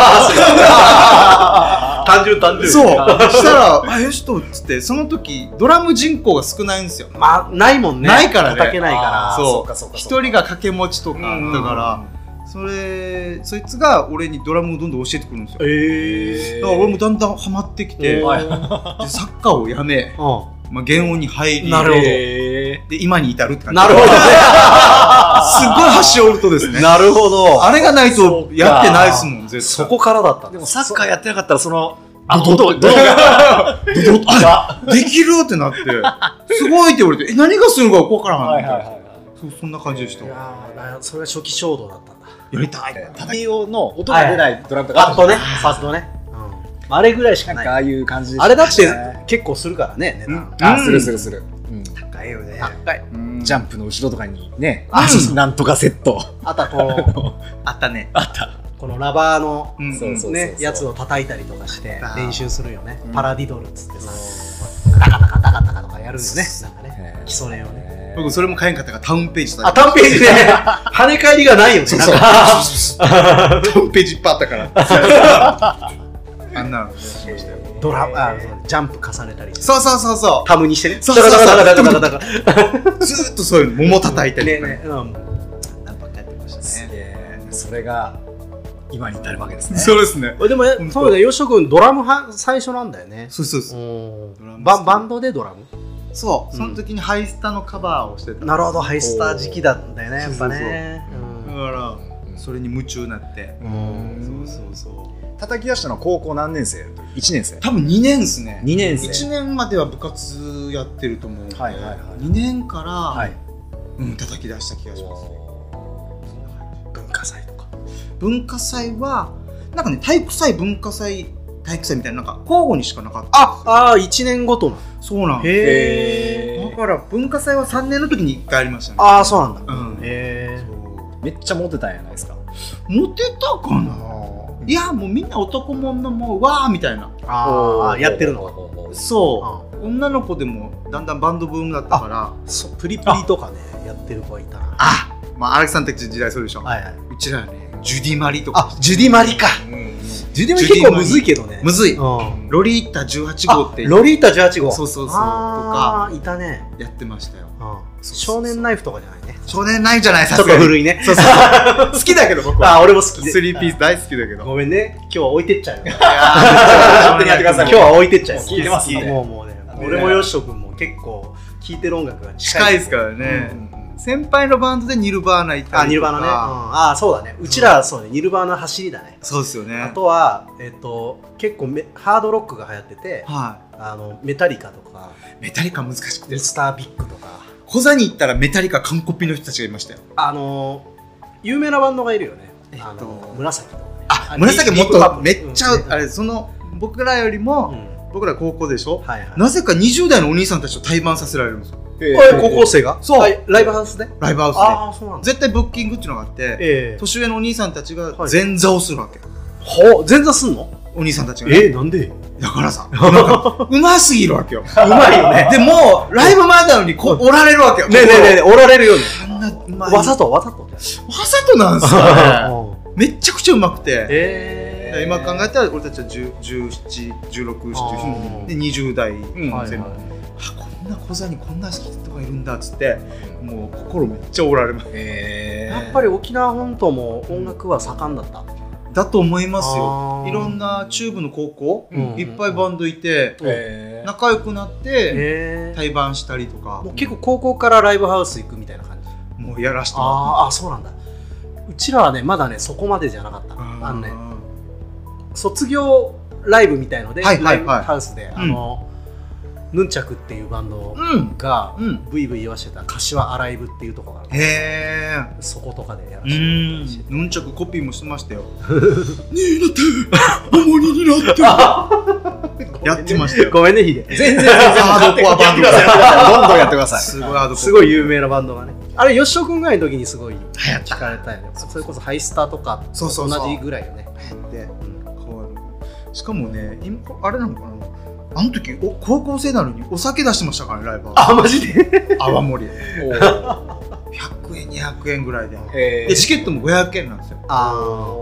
Speaker 2: 単純単純
Speaker 4: そう。そしたら、あ、よしと、つって、その時、ドラム人口が少ないんですよ。
Speaker 2: まあないもんね
Speaker 4: ないからね
Speaker 2: 叩けない
Speaker 3: あー
Speaker 2: か
Speaker 4: そう
Speaker 3: そうかそうか
Speaker 4: 一
Speaker 3: そうか
Speaker 4: 人が掛け持ちとか、
Speaker 3: うん
Speaker 4: だから、それ、そいつが俺にドラムをどんどん教えてくるんですよ。
Speaker 2: らえ
Speaker 4: だから俺もだんだんハマってきて、で
Speaker 3: はい
Speaker 4: サッカーをやめ、まあ、原音に入り、
Speaker 2: なるほど
Speaker 4: で、今に至るって感じ。
Speaker 2: なるほどね
Speaker 4: すっごい箸折るとですね。
Speaker 2: なるほど
Speaker 4: あれがないとやってないですもん、絶
Speaker 2: そ
Speaker 4: 対。
Speaker 2: こからだった
Speaker 3: で
Speaker 2: ん
Speaker 3: も
Speaker 2: だ
Speaker 3: サッカーやってなかったらそのあの音どう
Speaker 4: ドドあできるってなって、すごいって言われて、え、何がするのか分からん。
Speaker 3: はいはいはいはい
Speaker 4: そうそんな感じでした。
Speaker 2: い
Speaker 4: や
Speaker 2: やーそれが初期衝動だったんだ
Speaker 4: りたい。
Speaker 3: 縦用の音が出ないドラムと
Speaker 2: パ
Speaker 3: か
Speaker 2: ッとねパッとねあれぐらいしか
Speaker 3: なん
Speaker 2: ない
Speaker 3: かああいう感じでした
Speaker 2: あれだって
Speaker 3: ね
Speaker 2: 結構するからね、値
Speaker 3: あ
Speaker 2: 段。
Speaker 4: うん
Speaker 3: するするするうん
Speaker 2: 高いよね。
Speaker 3: ジャンプの後ろとかにね
Speaker 4: あそうそう
Speaker 3: なんとかセット
Speaker 2: あとはこ
Speaker 4: あったね。
Speaker 2: う、このラバーの、
Speaker 4: うん
Speaker 3: そうそう
Speaker 2: ね、やつを叩いたりとかして
Speaker 4: あー
Speaker 2: 練習するよね
Speaker 4: うん。
Speaker 2: パラディドルっつってさ、タカタカタカタカとかやるよね。なんかね、基礎練をね。
Speaker 4: 僕、それも買えんかったから、タウンページだ
Speaker 2: あ、タンページね。跳ね返りがないよね。なんか
Speaker 4: タウンページいっぱいあったから。あんなの。そう
Speaker 2: ドラあそうジャンプ重ねたりして
Speaker 4: そうそうそ
Speaker 2: タムにしてね。
Speaker 4: そうそうそう
Speaker 2: タカタカタカタカタカ
Speaker 4: う。ずーっとそういうの、桃叩いたり
Speaker 2: ね
Speaker 4: とかね。
Speaker 2: ね、うん。
Speaker 4: なんかやってました
Speaker 3: す
Speaker 4: ね。
Speaker 3: げえそれが今に至るわけですね
Speaker 4: そうですね。
Speaker 2: でも
Speaker 4: ほんと、
Speaker 2: そうだね、ヨシト君ドラムは最初なんだよね。
Speaker 4: そうそうそう。ドラム
Speaker 2: ババンドでドラム
Speaker 4: そう。
Speaker 2: うん
Speaker 4: その時にハイスタのカバーをしてた。だか
Speaker 2: なるほどハイスター時期だったよねやっぱね
Speaker 4: ら、それに夢中になって。
Speaker 3: うん
Speaker 4: そうそうそう。
Speaker 3: 叩き出したのは高校何年生の時1年生
Speaker 4: 多分2年ですね。
Speaker 3: 2年
Speaker 4: 1年までは部活やってると思うんで、
Speaker 3: はいはいはい
Speaker 4: 2年から、
Speaker 3: はい
Speaker 4: うん、叩き出した気がしますね
Speaker 2: うん文化祭とか
Speaker 4: 文化祭はなんかね体育祭文化祭体育祭みたいな、なんか交互にしかなかった。
Speaker 2: あああ、1年ごとの。
Speaker 4: そうなんだ
Speaker 2: へえ。
Speaker 4: から文化祭は3年の時に1回ありましたね。
Speaker 2: ああ、そうなんだ。
Speaker 4: うん。
Speaker 2: へ
Speaker 5: めっちゃモテたんやないですか。
Speaker 4: モテたかないや、もうみんな男も女も、わーみたいな。
Speaker 2: え。ああ、やってるの。
Speaker 5: の
Speaker 4: そう。女の子でもだんだんバンドブームだったから、
Speaker 2: そうプリプリとかね、やってる子はいたな。
Speaker 4: あまあ、荒木さんたち時代そうでしょ。
Speaker 2: はいはい。
Speaker 4: うちらはね、ジュディマリとか。
Speaker 2: あ、ジュディマリか。ジュディマリ結構むずいけどね。
Speaker 4: むずい。
Speaker 2: うん。
Speaker 4: ロリータ18号って。
Speaker 2: ロリータ18号。
Speaker 4: そううそうそう。とか、
Speaker 2: ああ、いたね。
Speaker 4: やってましたよ。
Speaker 2: うん
Speaker 4: そう
Speaker 2: 少年ナイフとかじゃない ね。
Speaker 4: 少年ないんじゃない
Speaker 2: ち
Speaker 4: さ
Speaker 2: ょ
Speaker 4: す
Speaker 2: っ
Speaker 4: が
Speaker 2: と
Speaker 4: に
Speaker 2: 古いね。
Speaker 4: そうそう。好きだけど、僕は。
Speaker 2: ああ、俺も好きで。
Speaker 4: スリーピース大好きだけ ど。
Speaker 2: ごめんね。今日は置いてっちゃうよ。
Speaker 4: 勝手にやってくだ
Speaker 2: 今日は置いてっちゃうよ。
Speaker 3: 聞いてますね
Speaker 2: もうもうね。俺もよしと君も結構聴いてる音楽が近い。
Speaker 4: 近いですからね。先輩のバンドでニルバーナいた
Speaker 2: あ、
Speaker 4: り
Speaker 2: ニル
Speaker 4: とか。
Speaker 2: バーナね。うんああ、そうだね。うちらはそうね、ニルバーナ走りだね。
Speaker 4: そうですよね。
Speaker 2: あとは、えっと、結構めハードロックが流行ってて、
Speaker 4: は
Speaker 2: あのメタリカとか、
Speaker 4: い。メタリカ難しくて
Speaker 2: ミ。スタービッグとか、
Speaker 4: 小座に行ったらメタリカ完コピの人たちがいましたよ。
Speaker 2: あの有名なバンドがいるよね。あ
Speaker 4: えっと
Speaker 2: の紫とかね。
Speaker 4: あ
Speaker 2: あ、
Speaker 4: 紫もっ
Speaker 2: リー
Speaker 4: と
Speaker 2: グ
Speaker 4: めっちゃ
Speaker 2: うん、
Speaker 4: あれ、その、僕らより
Speaker 2: うん
Speaker 4: も、僕ら高校でしょ
Speaker 2: はいはい。
Speaker 4: なぜか20代のお兄さんたちと対バンさせられるんですよ。
Speaker 5: え
Speaker 2: あ
Speaker 5: ー
Speaker 2: 高校生が
Speaker 4: そう
Speaker 2: はいライブハウスで
Speaker 4: ライブハウスで。
Speaker 2: ああ、そうなんだ。
Speaker 4: 絶対ブッキングっていうのがあって、
Speaker 2: ええ
Speaker 4: 年上のお兄さんたちが
Speaker 2: はい
Speaker 4: 前座をするわけ。
Speaker 2: ほう、前座すんの
Speaker 4: お兄さんたちがね。
Speaker 2: なんで
Speaker 4: だか らさ、なんか、うますぎるわけよ。
Speaker 2: うまいよね。
Speaker 4: でも、ライブ前なのに、こう、おられるわけよ。
Speaker 2: ねえねえねえねえ、おられるよね。
Speaker 4: あんなうまい。
Speaker 2: わざとわざと。
Speaker 4: わざとなん すよね。めっちゃくちゃうまくて。
Speaker 2: ええ。
Speaker 4: 今考え
Speaker 2: て
Speaker 4: たら俺たちは10 17、16、17
Speaker 2: あー
Speaker 4: で20代
Speaker 3: ん
Speaker 2: はい
Speaker 4: 全部
Speaker 2: はい
Speaker 4: あこんな小座にこんな人とかいるんだっつってもう心めっちゃおられます
Speaker 2: やっぱり沖縄本島も音楽は盛んだった。
Speaker 4: だと思いますよ
Speaker 2: あー
Speaker 4: いろんな中部の高校、
Speaker 2: うん
Speaker 4: いっぱいバンドいて、
Speaker 5: えー
Speaker 4: 仲良くなって
Speaker 2: へー
Speaker 4: 対バンしたりとか
Speaker 2: もう結構高校からライブハウス行くみたいな感じ
Speaker 4: もうやらしても
Speaker 2: あーあそうなんだうちらはねまだねそこまでじゃなかった
Speaker 4: らって
Speaker 2: あのね卒業ライブみたいので、
Speaker 4: はいはいはい
Speaker 2: ライブハウスで、あのヌンチャクっていうバンド
Speaker 4: うん
Speaker 2: が、
Speaker 4: うん
Speaker 2: ブイブイ言わしてた柏アライブっていうところがあるんです
Speaker 4: へえ
Speaker 2: そことかでやら
Speaker 4: う
Speaker 2: せてもらった
Speaker 4: ん
Speaker 2: りして
Speaker 4: ヌンチャクコピーもして ましたよになって重荷になって やってましたよ
Speaker 2: ごめんねヒデ
Speaker 4: 全然ハードコアバンド
Speaker 5: どんどんやってください。
Speaker 4: すごいハードコア
Speaker 2: すごい有名なバンドがねあれ吉尾君ぐらいの時にすごい
Speaker 4: 流行っ
Speaker 2: 聞かれたよねそれこそハイスターとかと
Speaker 4: そうそうそう
Speaker 2: 同じぐらいよね
Speaker 4: ってこうしかもね今あれなのかなあの時お高校生なのにお酒出してましたからねライブは
Speaker 2: マジで
Speaker 4: 泡盛で
Speaker 5: おー
Speaker 4: 100円200円ぐらいで
Speaker 5: え
Speaker 4: でチケットも500円なんですよ
Speaker 2: あ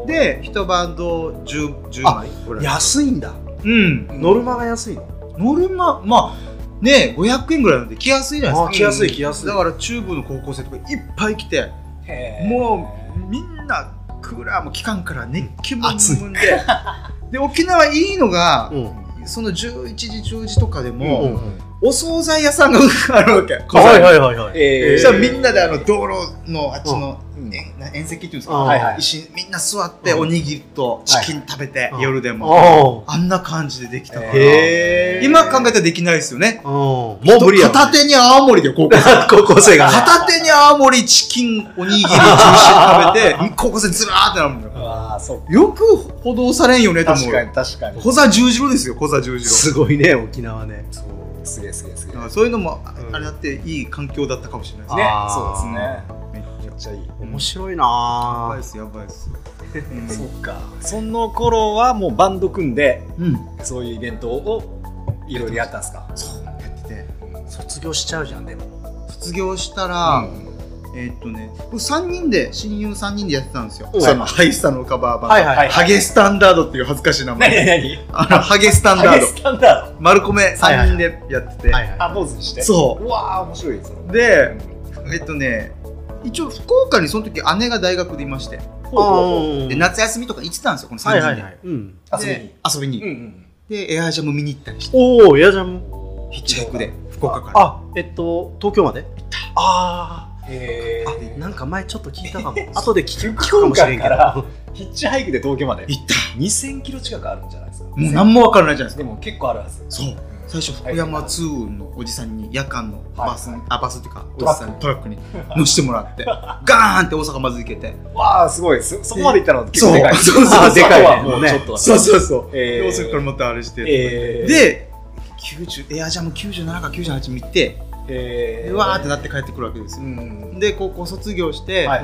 Speaker 2: あ
Speaker 4: で一バンド 10, 10枚ぐらい
Speaker 2: 安いんだ
Speaker 4: うん
Speaker 2: ノルマが安いの
Speaker 4: ノルマまあね500円ぐらいなんで来やすいじゃないです
Speaker 2: あ
Speaker 4: か
Speaker 2: 来やすい来やすい
Speaker 4: だから中部の高校生とかいっぱい来て
Speaker 5: へー
Speaker 4: もうみんなクーラーも期間から熱気も
Speaker 2: 暑い
Speaker 4: んでで沖縄いいのが、
Speaker 2: うん
Speaker 4: その11時10時とかでも、
Speaker 2: うん
Speaker 4: お惣菜屋さんがあるわ け
Speaker 2: はいはいはいはい
Speaker 5: え
Speaker 4: そし
Speaker 5: ー
Speaker 4: たらみんなであの道路のあっちの、
Speaker 5: うん
Speaker 4: えな縁石っていうんです
Speaker 2: あ
Speaker 4: か、
Speaker 2: ー
Speaker 5: はいはい
Speaker 4: 石みんな座って
Speaker 2: うん
Speaker 4: おにぎりとチキン食べて、
Speaker 2: はい
Speaker 4: 夜でも、
Speaker 2: あ
Speaker 4: あんな感じでできたから、
Speaker 2: へー
Speaker 4: 今考えたらできないですよね
Speaker 2: あも
Speaker 4: もう無理や片手に泡盛 で高校生
Speaker 2: 高校生が
Speaker 4: 片手に泡盛チキンおにぎり中 心で食べて高校生ずらーってなるもんよ
Speaker 2: ああそう
Speaker 4: よく補導されんよねと思
Speaker 5: 確
Speaker 4: う
Speaker 5: かに確かに。
Speaker 4: 小座十字路ですよ小座十字路
Speaker 2: すごいね沖縄ね
Speaker 5: すげえすげえすげ
Speaker 4: だ
Speaker 5: え。
Speaker 4: か
Speaker 5: ね、
Speaker 4: らそういうのもあ
Speaker 2: うん
Speaker 4: あれだっていい環境だったかもしれない
Speaker 2: あー
Speaker 5: そうですね。
Speaker 4: ですねめっち
Speaker 5: め
Speaker 4: ゃ
Speaker 5: っちゃいい。
Speaker 2: 面白い
Speaker 4: やばい
Speaker 2: な
Speaker 4: っすやばいっす
Speaker 5: そっか。その頃はもうバンド組んで、
Speaker 4: うん
Speaker 5: そういうイベントをいろいろやったんですか。
Speaker 4: そうやってて
Speaker 2: 卒業しちゃうじゃんでも
Speaker 4: 卒業したら、えーっとね僕3人で親友3人でやってたんですよそのハイスタのカバー版、
Speaker 2: はいはい
Speaker 5: はい
Speaker 4: ハゲスタンダードっていう恥ずかしい名
Speaker 5: なにな
Speaker 4: 前
Speaker 5: になに
Speaker 4: あのハゲスタンダ
Speaker 5: ハ
Speaker 4: ー
Speaker 5: ゲ
Speaker 4: ド
Speaker 5: スタンダー
Speaker 4: 丸米3人でやってて、
Speaker 2: はい
Speaker 5: ド。
Speaker 2: は
Speaker 5: あ、坊主にして。。
Speaker 4: そう
Speaker 5: わあ、面白いそれ。
Speaker 4: うでえっとね一応福岡にその時姉が大学でいまして
Speaker 2: い
Speaker 4: で夏休みとか行ってたんですよこの3
Speaker 2: はい
Speaker 4: 人で、
Speaker 2: はいはいうん
Speaker 5: 遊びに
Speaker 4: で。遊びに、
Speaker 5: うんうん。
Speaker 4: でエアジャム見に行ったりして
Speaker 2: おおエアジャム
Speaker 4: ヒッチハイクで福岡から
Speaker 2: あえっと東京まであ
Speaker 5: へ
Speaker 2: ー
Speaker 5: え
Speaker 2: あ。なんか前ちょっと聞いた かも後で聞く聞
Speaker 5: 福
Speaker 2: くかもしれ
Speaker 5: 岡
Speaker 2: んけ
Speaker 5: か
Speaker 2: ど
Speaker 5: らヒッチハイクで東京まで
Speaker 4: 行った
Speaker 5: 2000キロ近くあるんじゃないですか。
Speaker 4: もう何も分からないじゃないですか
Speaker 5: でも結構あるはず。
Speaker 4: そう最初福山通運のおじさんに夜間のバスに、あバスっていうかお
Speaker 3: トラック
Speaker 4: じさんのトラックに乗せてもら ってガーンって大阪まず行けて
Speaker 3: わあすごいそそこまで行ったの結
Speaker 4: そう
Speaker 3: 構でかい
Speaker 4: そうそう
Speaker 3: でかいね
Speaker 4: あとは
Speaker 3: もうねちょっとは
Speaker 4: そうそうそう、
Speaker 3: えー
Speaker 4: で大阪からまたあれして、
Speaker 3: えー
Speaker 4: で90エアジャム97か98見て、
Speaker 3: え
Speaker 4: うわーってなって帰ってくるわけです
Speaker 3: う
Speaker 4: よ、
Speaker 3: ん
Speaker 4: で高校卒業して、
Speaker 3: は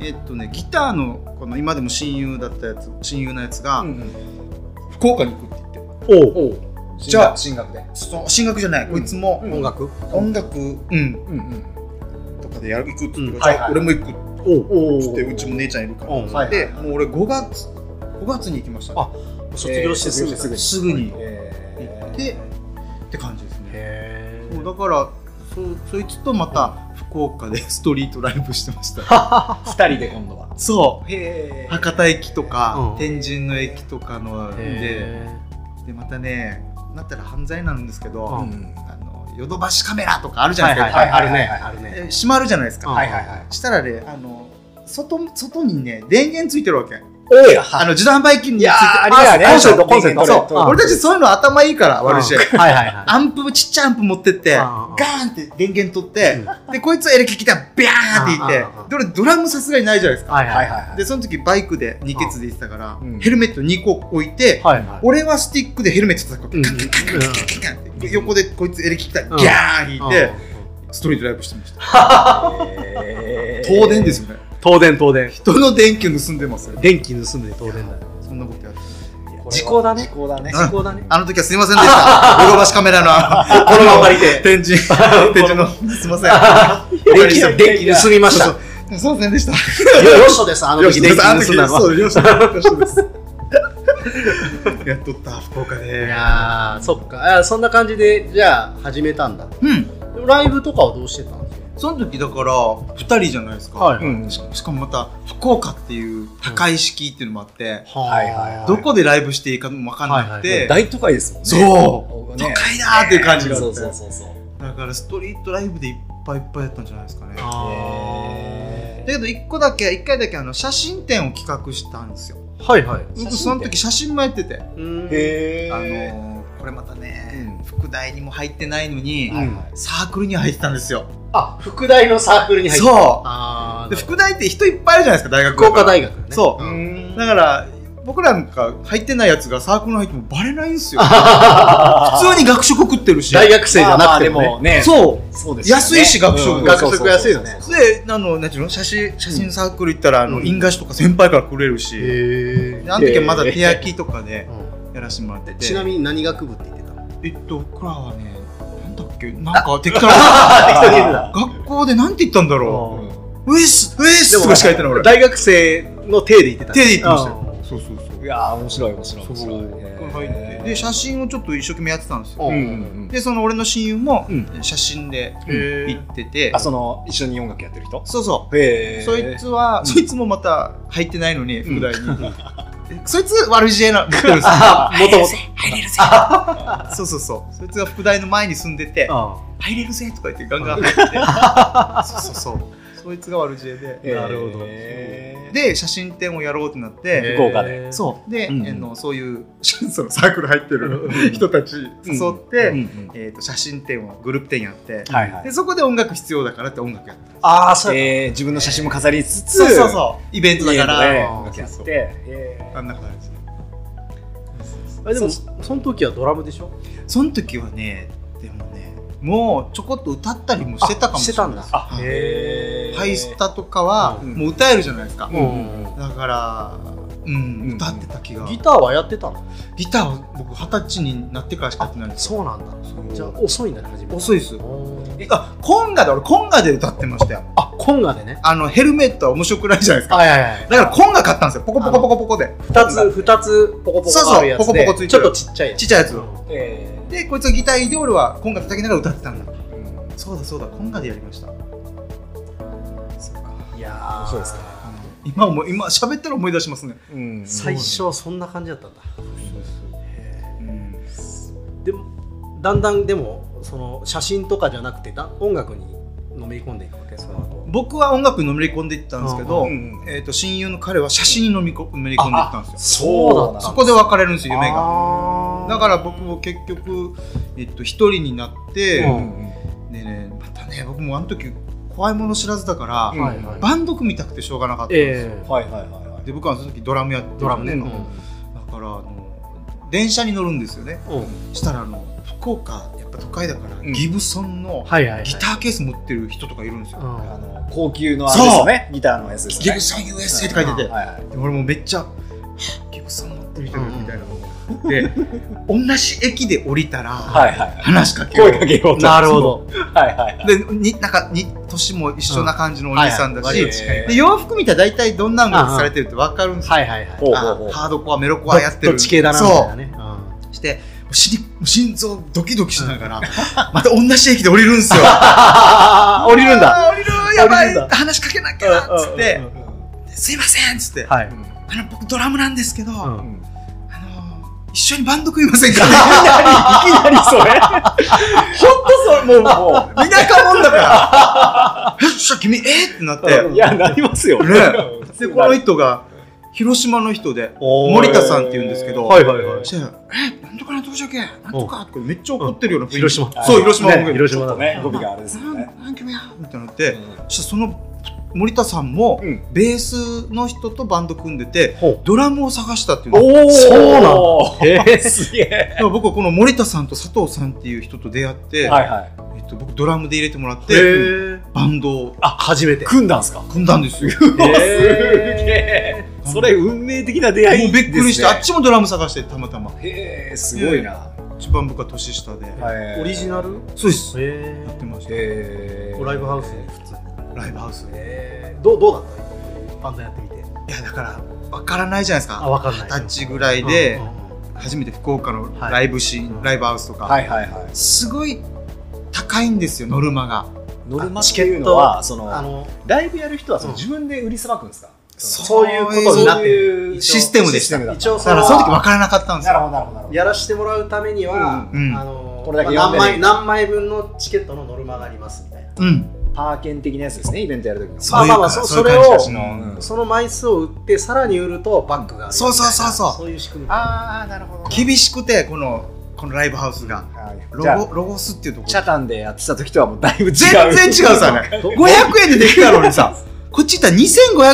Speaker 3: い
Speaker 4: えっとねギターのこの今でも親友だったやつ親友のやつが、
Speaker 3: うん
Speaker 4: 福岡に行くって言って
Speaker 2: おう
Speaker 3: おう
Speaker 4: じゃあ
Speaker 3: 進学で
Speaker 4: そう進学じゃない、こいつも、
Speaker 2: 音楽
Speaker 4: 音楽、うん、
Speaker 3: うんうん
Speaker 4: とかでやる行くって言って、
Speaker 3: うん
Speaker 4: じゃあ
Speaker 3: はいはい
Speaker 4: 俺も行く
Speaker 2: おうお
Speaker 4: っつってうちも姉ちゃんいるから、
Speaker 2: うん
Speaker 3: はい
Speaker 4: でもう俺5月5月に行きました、ね、
Speaker 2: あ卒業してすぐ
Speaker 3: 卒業して
Speaker 4: すぐに行
Speaker 3: え
Speaker 4: っ
Speaker 3: ー
Speaker 4: てって感じですね
Speaker 2: へ
Speaker 4: もうだからそそいつとまた福岡で ストリートライブしてま した
Speaker 3: 二人で今度は
Speaker 4: そう
Speaker 3: へー
Speaker 4: 博多駅とか、
Speaker 2: うん
Speaker 4: 天神の駅とかので
Speaker 2: え
Speaker 4: でまたねなったら犯罪なんですけど、
Speaker 2: う
Speaker 3: うん
Speaker 4: あのヨドバシカメラとかあるじゃな
Speaker 2: はいい
Speaker 4: ですか、
Speaker 2: はいは
Speaker 3: は
Speaker 2: いあ
Speaker 3: い
Speaker 2: る
Speaker 3: はい
Speaker 2: ね
Speaker 3: はい
Speaker 2: あるね
Speaker 4: え閉まるじゃないですか、
Speaker 2: うん
Speaker 3: はいはいはい
Speaker 4: したらねあの外外にね電源ついてるわけ
Speaker 3: おや
Speaker 4: あの自動販売機について
Speaker 3: いやーあれやね
Speaker 4: コンセント
Speaker 3: コンセント
Speaker 4: そう
Speaker 3: コンセント
Speaker 4: 俺たちそういうの頭いいから悪いし
Speaker 2: はいはいはい
Speaker 4: アンプちっちゃいアンプ持ってってガ
Speaker 2: ああ
Speaker 4: ーンって電源取ってでこいつはエレキギタービャーっていって
Speaker 2: ああああ
Speaker 4: で俺ドラムさすがにないじゃないですか
Speaker 2: はいは
Speaker 3: はいい
Speaker 2: は
Speaker 3: はいいはい
Speaker 4: でその時バイクで二ケツで行ってたから
Speaker 3: うん
Speaker 4: ヘルメット2個置いて
Speaker 2: はいはい
Speaker 4: 俺はスティックでヘルメット叩くわけ
Speaker 2: うん
Speaker 4: カンカンカンカンカンカンカンって横でこいつエレキギターギャーン弾いてストリートライブしてました
Speaker 3: えー
Speaker 4: 東電ですよね
Speaker 2: 東電東電
Speaker 4: 人の電球盗んでますよ
Speaker 2: 電気盗んで東電だ
Speaker 4: そんなことやって
Speaker 2: 時効だね
Speaker 3: 時効だね
Speaker 4: うん
Speaker 2: 効だね
Speaker 4: あの時はすいません でした。ヨドバシカメラのあ
Speaker 2: このまま借りて
Speaker 4: の天神、天神の、すいませ ん。
Speaker 2: 電気電気盗みました
Speaker 4: そうそうすいませんでした。
Speaker 2: よしとですあの
Speaker 4: よ
Speaker 2: 時
Speaker 4: し
Speaker 2: 電気
Speaker 4: あの時
Speaker 2: 盗んだのは
Speaker 4: そう、よしよしです。やっとった、福岡
Speaker 2: い
Speaker 4: で。
Speaker 2: やーそっかあそんな感じでじゃあ始めたんだ
Speaker 4: うん。
Speaker 2: でもライブとかはどうしてたんですか
Speaker 4: その時だから、二人じゃないですか。
Speaker 2: はい
Speaker 3: うん
Speaker 4: ししかもまた、福岡っていう高い敷居っていうのもあって、
Speaker 3: はいはいはい
Speaker 4: どこでライブしていいかもわかんなく
Speaker 2: はいは
Speaker 4: て、
Speaker 5: 大都会ですもんね。
Speaker 4: そう、都
Speaker 3: ね
Speaker 4: 会だーっていう感じがあっ
Speaker 3: そ
Speaker 4: て
Speaker 3: うそうそうそう
Speaker 4: だからストリートライブでいっぱいいっぱいやったんじゃないですかね。
Speaker 2: あ
Speaker 4: だけど1個だけ1回だけあの写真展を企画したんですよ
Speaker 2: ーはいはい
Speaker 4: 僕その時写真もやっててあ
Speaker 2: へ
Speaker 3: へー
Speaker 4: のーこれまたね、副大にも入ってないのに、
Speaker 3: はいはい
Speaker 4: サークルには入ってたんですよ
Speaker 2: あ副大のサークルに入って
Speaker 4: そ
Speaker 2: あ
Speaker 4: う
Speaker 2: ー
Speaker 4: で副大って人いっぱいいるじゃないですか大学
Speaker 2: 福岡大学ね
Speaker 4: そう、
Speaker 3: ん
Speaker 4: だから僕らなんか入ってないやつがサークルに入ってもバレないんですよ普通に学食食ってるし
Speaker 2: 大学生じゃなくて
Speaker 3: まあまあで
Speaker 2: も
Speaker 3: も
Speaker 2: ね
Speaker 3: ね
Speaker 4: そう
Speaker 3: そうですよね
Speaker 4: 安いし学食、
Speaker 3: うん
Speaker 2: 学食安いよね
Speaker 4: であの何ていうの写真写真サークル行ったらあの、
Speaker 2: うん
Speaker 4: 印鑑紙とか先輩からくれるし、
Speaker 2: へ
Speaker 4: であの時はまだ手焼きとかで
Speaker 2: え
Speaker 4: やらせてもらってて
Speaker 2: ちなみに何学部って言ってたの
Speaker 4: えっと、僕らはね、なんだっ け、なんか適当な。
Speaker 2: 適当に言ってた
Speaker 4: 学校でなんて言ったんだろ
Speaker 3: うん
Speaker 4: う。ウエス、ウエスとかしか言ってない、俺。
Speaker 2: 大学生の体で言ってた
Speaker 4: 手で言ってましたよ。そうそうそう。
Speaker 3: いやー面白い面白い面
Speaker 4: そ
Speaker 3: 白
Speaker 4: う
Speaker 3: い。
Speaker 4: これ入
Speaker 3: へ
Speaker 4: って。
Speaker 3: ー
Speaker 4: で、写真をちょっと一生懸命やってたんです
Speaker 2: う
Speaker 4: よ。
Speaker 3: うんんうんうん
Speaker 4: で、その俺の親友も
Speaker 3: うん
Speaker 4: 写真で
Speaker 2: へ
Speaker 4: 行ってて
Speaker 3: あ、その一緒に音楽やってる人
Speaker 4: そうそ
Speaker 3: へ
Speaker 4: う。
Speaker 3: ー
Speaker 4: そいつは、そいつもまた入ってないのに、
Speaker 3: うん
Speaker 4: 副大に。えそいつ悪知 恵な、 持ってるんですよ
Speaker 2: もともと
Speaker 4: そうそうそう。そいつが副大の前に住んでて、
Speaker 2: あ
Speaker 4: 入れるぜとか言ってガンガン 入ってて。そうそうそう。そいつが悪知恵で。
Speaker 3: へー
Speaker 2: なるほど
Speaker 3: で
Speaker 4: で写真展をやろうってなって、
Speaker 3: 福岡で
Speaker 4: そうで、
Speaker 3: うんうん
Speaker 4: あのそういう そのサークル入ってる人たち誘っ
Speaker 3: う
Speaker 4: て、
Speaker 3: んうん
Speaker 4: えー、と写真展をグループ展やって、
Speaker 3: はいは
Speaker 4: で
Speaker 3: い
Speaker 4: そこで音楽必要だからって音楽やった
Speaker 2: あーそう
Speaker 3: えー自分の写真も飾りつつ
Speaker 4: そうそうそうイベントだから
Speaker 3: イベントで
Speaker 4: あ
Speaker 3: 音楽や
Speaker 4: ー
Speaker 3: っ
Speaker 4: そう
Speaker 3: て
Speaker 4: そう
Speaker 3: へー
Speaker 4: あんな感じ
Speaker 2: えでもそその時はドラムでしょ
Speaker 4: その時はねでもねもうちょこっと歌ったりもしてたかもしれない
Speaker 2: あして
Speaker 3: あ
Speaker 4: はい
Speaker 3: へー
Speaker 4: ハイスタとかは、
Speaker 3: うん
Speaker 4: もう歌えるじゃないですか、
Speaker 3: うんうんうん
Speaker 4: だからうん、
Speaker 3: うん
Speaker 4: 歌ってた気が
Speaker 2: ギターはやってたの
Speaker 4: ギターを僕二十歳になってからしかやってないんですよ
Speaker 2: そうなんだ
Speaker 4: そう
Speaker 2: じゃあ遅いんだね初めて
Speaker 4: 遅いです
Speaker 2: え
Speaker 4: えあコンガで俺コンガで歌ってましたよ
Speaker 2: あコンガでね
Speaker 4: あのヘルメットは面白くないじゃないですか
Speaker 2: はいはいはい
Speaker 4: だからコンガ買ったんですよポコポコポコポコで
Speaker 2: 二つ二つポコポコあるやつ
Speaker 4: そうそうポコポコつ
Speaker 2: で
Speaker 4: いてる
Speaker 2: ちょっとちっちゃいや
Speaker 4: ち
Speaker 2: つ
Speaker 4: っちゃいやつを
Speaker 3: え
Speaker 4: でこいつはギターで俺はコンガ叩きながら歌ってたんだ
Speaker 3: ーうん
Speaker 4: そうだそうだコンガでやりました
Speaker 2: いやー
Speaker 3: そうですか
Speaker 4: 今思い今喋ったら思い出しますね
Speaker 3: うん
Speaker 2: 最初はそんな感じだったんだ
Speaker 4: うん
Speaker 2: でもだんだんでもその写真とかじゃなくてだ音楽にのめり込んでいくわけその後
Speaker 4: 僕は音楽にのめり込んでいったんですけど、
Speaker 3: うん
Speaker 4: えー、と親友の彼は写真にのみこのめり込んでいったんですよ
Speaker 2: そうだった
Speaker 4: そこで別れるんですよ夢が
Speaker 2: あうん
Speaker 4: だから僕も結局、えっと、一人になって、
Speaker 2: うん
Speaker 4: ねえねえまたね僕もあの時怖いもの知らずだから、
Speaker 3: うん
Speaker 2: はいはい
Speaker 4: バンド組みたくてしょうがなかったんですよ、
Speaker 2: ええ
Speaker 3: はいはいはいはい
Speaker 4: で僕はその時ドラムやって
Speaker 2: ドラムね
Speaker 4: うんだからあの電車に乗るんですよね
Speaker 2: うん
Speaker 4: したらあの福岡やっぱ都会だから、
Speaker 3: うん
Speaker 4: ギブソンの
Speaker 2: はいはいはい
Speaker 4: ギターケース持ってる人とかいるんですよ、
Speaker 3: あ
Speaker 2: う
Speaker 3: の高級のあれですよねギターのやつです
Speaker 4: ギ
Speaker 3: ね
Speaker 4: ブソン USA って書いてて、
Speaker 3: はいはい
Speaker 4: で俺もめっちゃはぁギブソン持ってる人だみたいなで同じ駅で降りたら
Speaker 3: はいはい
Speaker 4: 話しかけよう
Speaker 3: 声かけようんと
Speaker 2: なるほど
Speaker 3: はいはいはい
Speaker 4: でになんかに年も一緒な感じのお兄さんだし、
Speaker 3: はいはいはいはい
Speaker 4: で洋服見たら大体どんな音楽されてるって分かるんですよ、
Speaker 2: はいはいはい
Speaker 3: ほう
Speaker 4: あ
Speaker 3: ほうほう
Speaker 4: ハードコアメロコ
Speaker 2: ど
Speaker 4: アやって
Speaker 2: ど
Speaker 4: る
Speaker 2: っち系だなみたいなね
Speaker 4: そうして心心臓ドキドキしながら、また同じ駅で降りるんですよ
Speaker 2: ああ 降りるんだ
Speaker 4: あー降りるやばい
Speaker 2: 降りるん
Speaker 4: 話しかけなきゃっつって
Speaker 2: うんうんうん
Speaker 4: 「すいません」っつって、
Speaker 2: はい
Speaker 4: あの僕ドラムなんですけど、
Speaker 2: う
Speaker 4: あ
Speaker 2: ん
Speaker 4: の一緒にバンド組みませんか?」
Speaker 3: いきなりそれほんとそれもうも
Speaker 4: 田舎もんだから「よっしゃ君 えっ!」ってなって
Speaker 3: ういやなりますよ
Speaker 4: ねでこの人が広島の人で森田さんって言うんですけど、
Speaker 2: はいはいはい
Speaker 4: そしたらえなんとかなんとかじゃけなんとかってめっちゃ怒ってるような雰囲気
Speaker 2: 広島
Speaker 4: そう広島
Speaker 2: ね広
Speaker 3: ちょっ
Speaker 2: 島だ
Speaker 3: と
Speaker 2: ね
Speaker 3: ね語尾があれですよね
Speaker 4: なんなん君やみたいになって、そしたらその森田さんも、
Speaker 3: うん
Speaker 4: ベースの人とバンド組んでて
Speaker 2: ほう
Speaker 4: ドラムを探したっていうの
Speaker 3: おお
Speaker 2: そうなんだ
Speaker 3: なんだすげ え
Speaker 4: だから僕はこの森田さんと佐藤さんっていう人と出会って、
Speaker 3: はいはい
Speaker 4: えっと、僕ドラムで入れてもらっ
Speaker 2: へ
Speaker 4: て
Speaker 2: え
Speaker 4: バンドを
Speaker 2: あ初めて
Speaker 3: 組んだんすか
Speaker 4: 組んだんですよ。
Speaker 2: へー
Speaker 3: すげえそれ運命的な出会い
Speaker 4: もうびっくりして、あっ
Speaker 3: ち
Speaker 4: ちもドラム探してたまたま
Speaker 3: へえすごいな
Speaker 4: 一番僕は年下で、
Speaker 2: オリジナル
Speaker 4: そうですや
Speaker 2: へ
Speaker 4: ってました、
Speaker 3: え
Speaker 2: えライブハウスで普通に
Speaker 4: ライブハウスで
Speaker 2: えどうどうだったバンドやってみて
Speaker 4: いやだからわからないじゃないです
Speaker 2: あ
Speaker 4: か
Speaker 2: 分かんない
Speaker 4: 二十歳ぐらいで
Speaker 2: うんうんうん
Speaker 4: 初めて福岡の
Speaker 2: はい
Speaker 4: ライブシーン、
Speaker 2: うん
Speaker 4: ライブハウスとか、
Speaker 3: はいはいはい
Speaker 4: すごい高いんですよノルマが
Speaker 3: ノルマっていうのはそ
Speaker 2: あ
Speaker 3: の
Speaker 2: の
Speaker 3: ライブやる人はその
Speaker 2: うん
Speaker 3: 自分で売りさばくんですか
Speaker 2: そういうことになってる
Speaker 4: システムでし
Speaker 3: シ
Speaker 4: た
Speaker 3: ステムだ
Speaker 2: 一応
Speaker 4: だ
Speaker 2: そ
Speaker 4: から
Speaker 2: の
Speaker 4: その時わからなかったんです
Speaker 3: なる
Speaker 4: よ
Speaker 3: ほどなるほどなるほど
Speaker 2: やらしてもらうためには、
Speaker 4: うんうん
Speaker 2: あの
Speaker 3: これだけ
Speaker 2: まあ
Speaker 3: 読ん
Speaker 2: 何
Speaker 3: でね
Speaker 2: 枚何枚分のチケットのノルマがありますみたいな
Speaker 4: うん
Speaker 3: パーケン的なやつですねイベントやるときの
Speaker 4: そういう
Speaker 2: まあまあまあ
Speaker 4: か
Speaker 2: そ
Speaker 4: そ
Speaker 2: そ
Speaker 4: ういう
Speaker 2: れを
Speaker 4: 感じだしの、
Speaker 3: うん
Speaker 2: その枚数を売ってさらに売るとバッグがあるみたいな
Speaker 4: そうそうそうそう
Speaker 2: そういう仕組み
Speaker 3: ああなるほど
Speaker 4: 厳しくてこのこのライブハウスが
Speaker 3: はい
Speaker 4: ロ
Speaker 3: じゃあ
Speaker 4: ゴロゴスっていうとこ
Speaker 3: チャ
Speaker 4: ろ
Speaker 3: タンでやってた時とはもうだいぶ違う
Speaker 4: 全然違うさね
Speaker 2: ど
Speaker 4: 500円でできたのにさこっち行ったら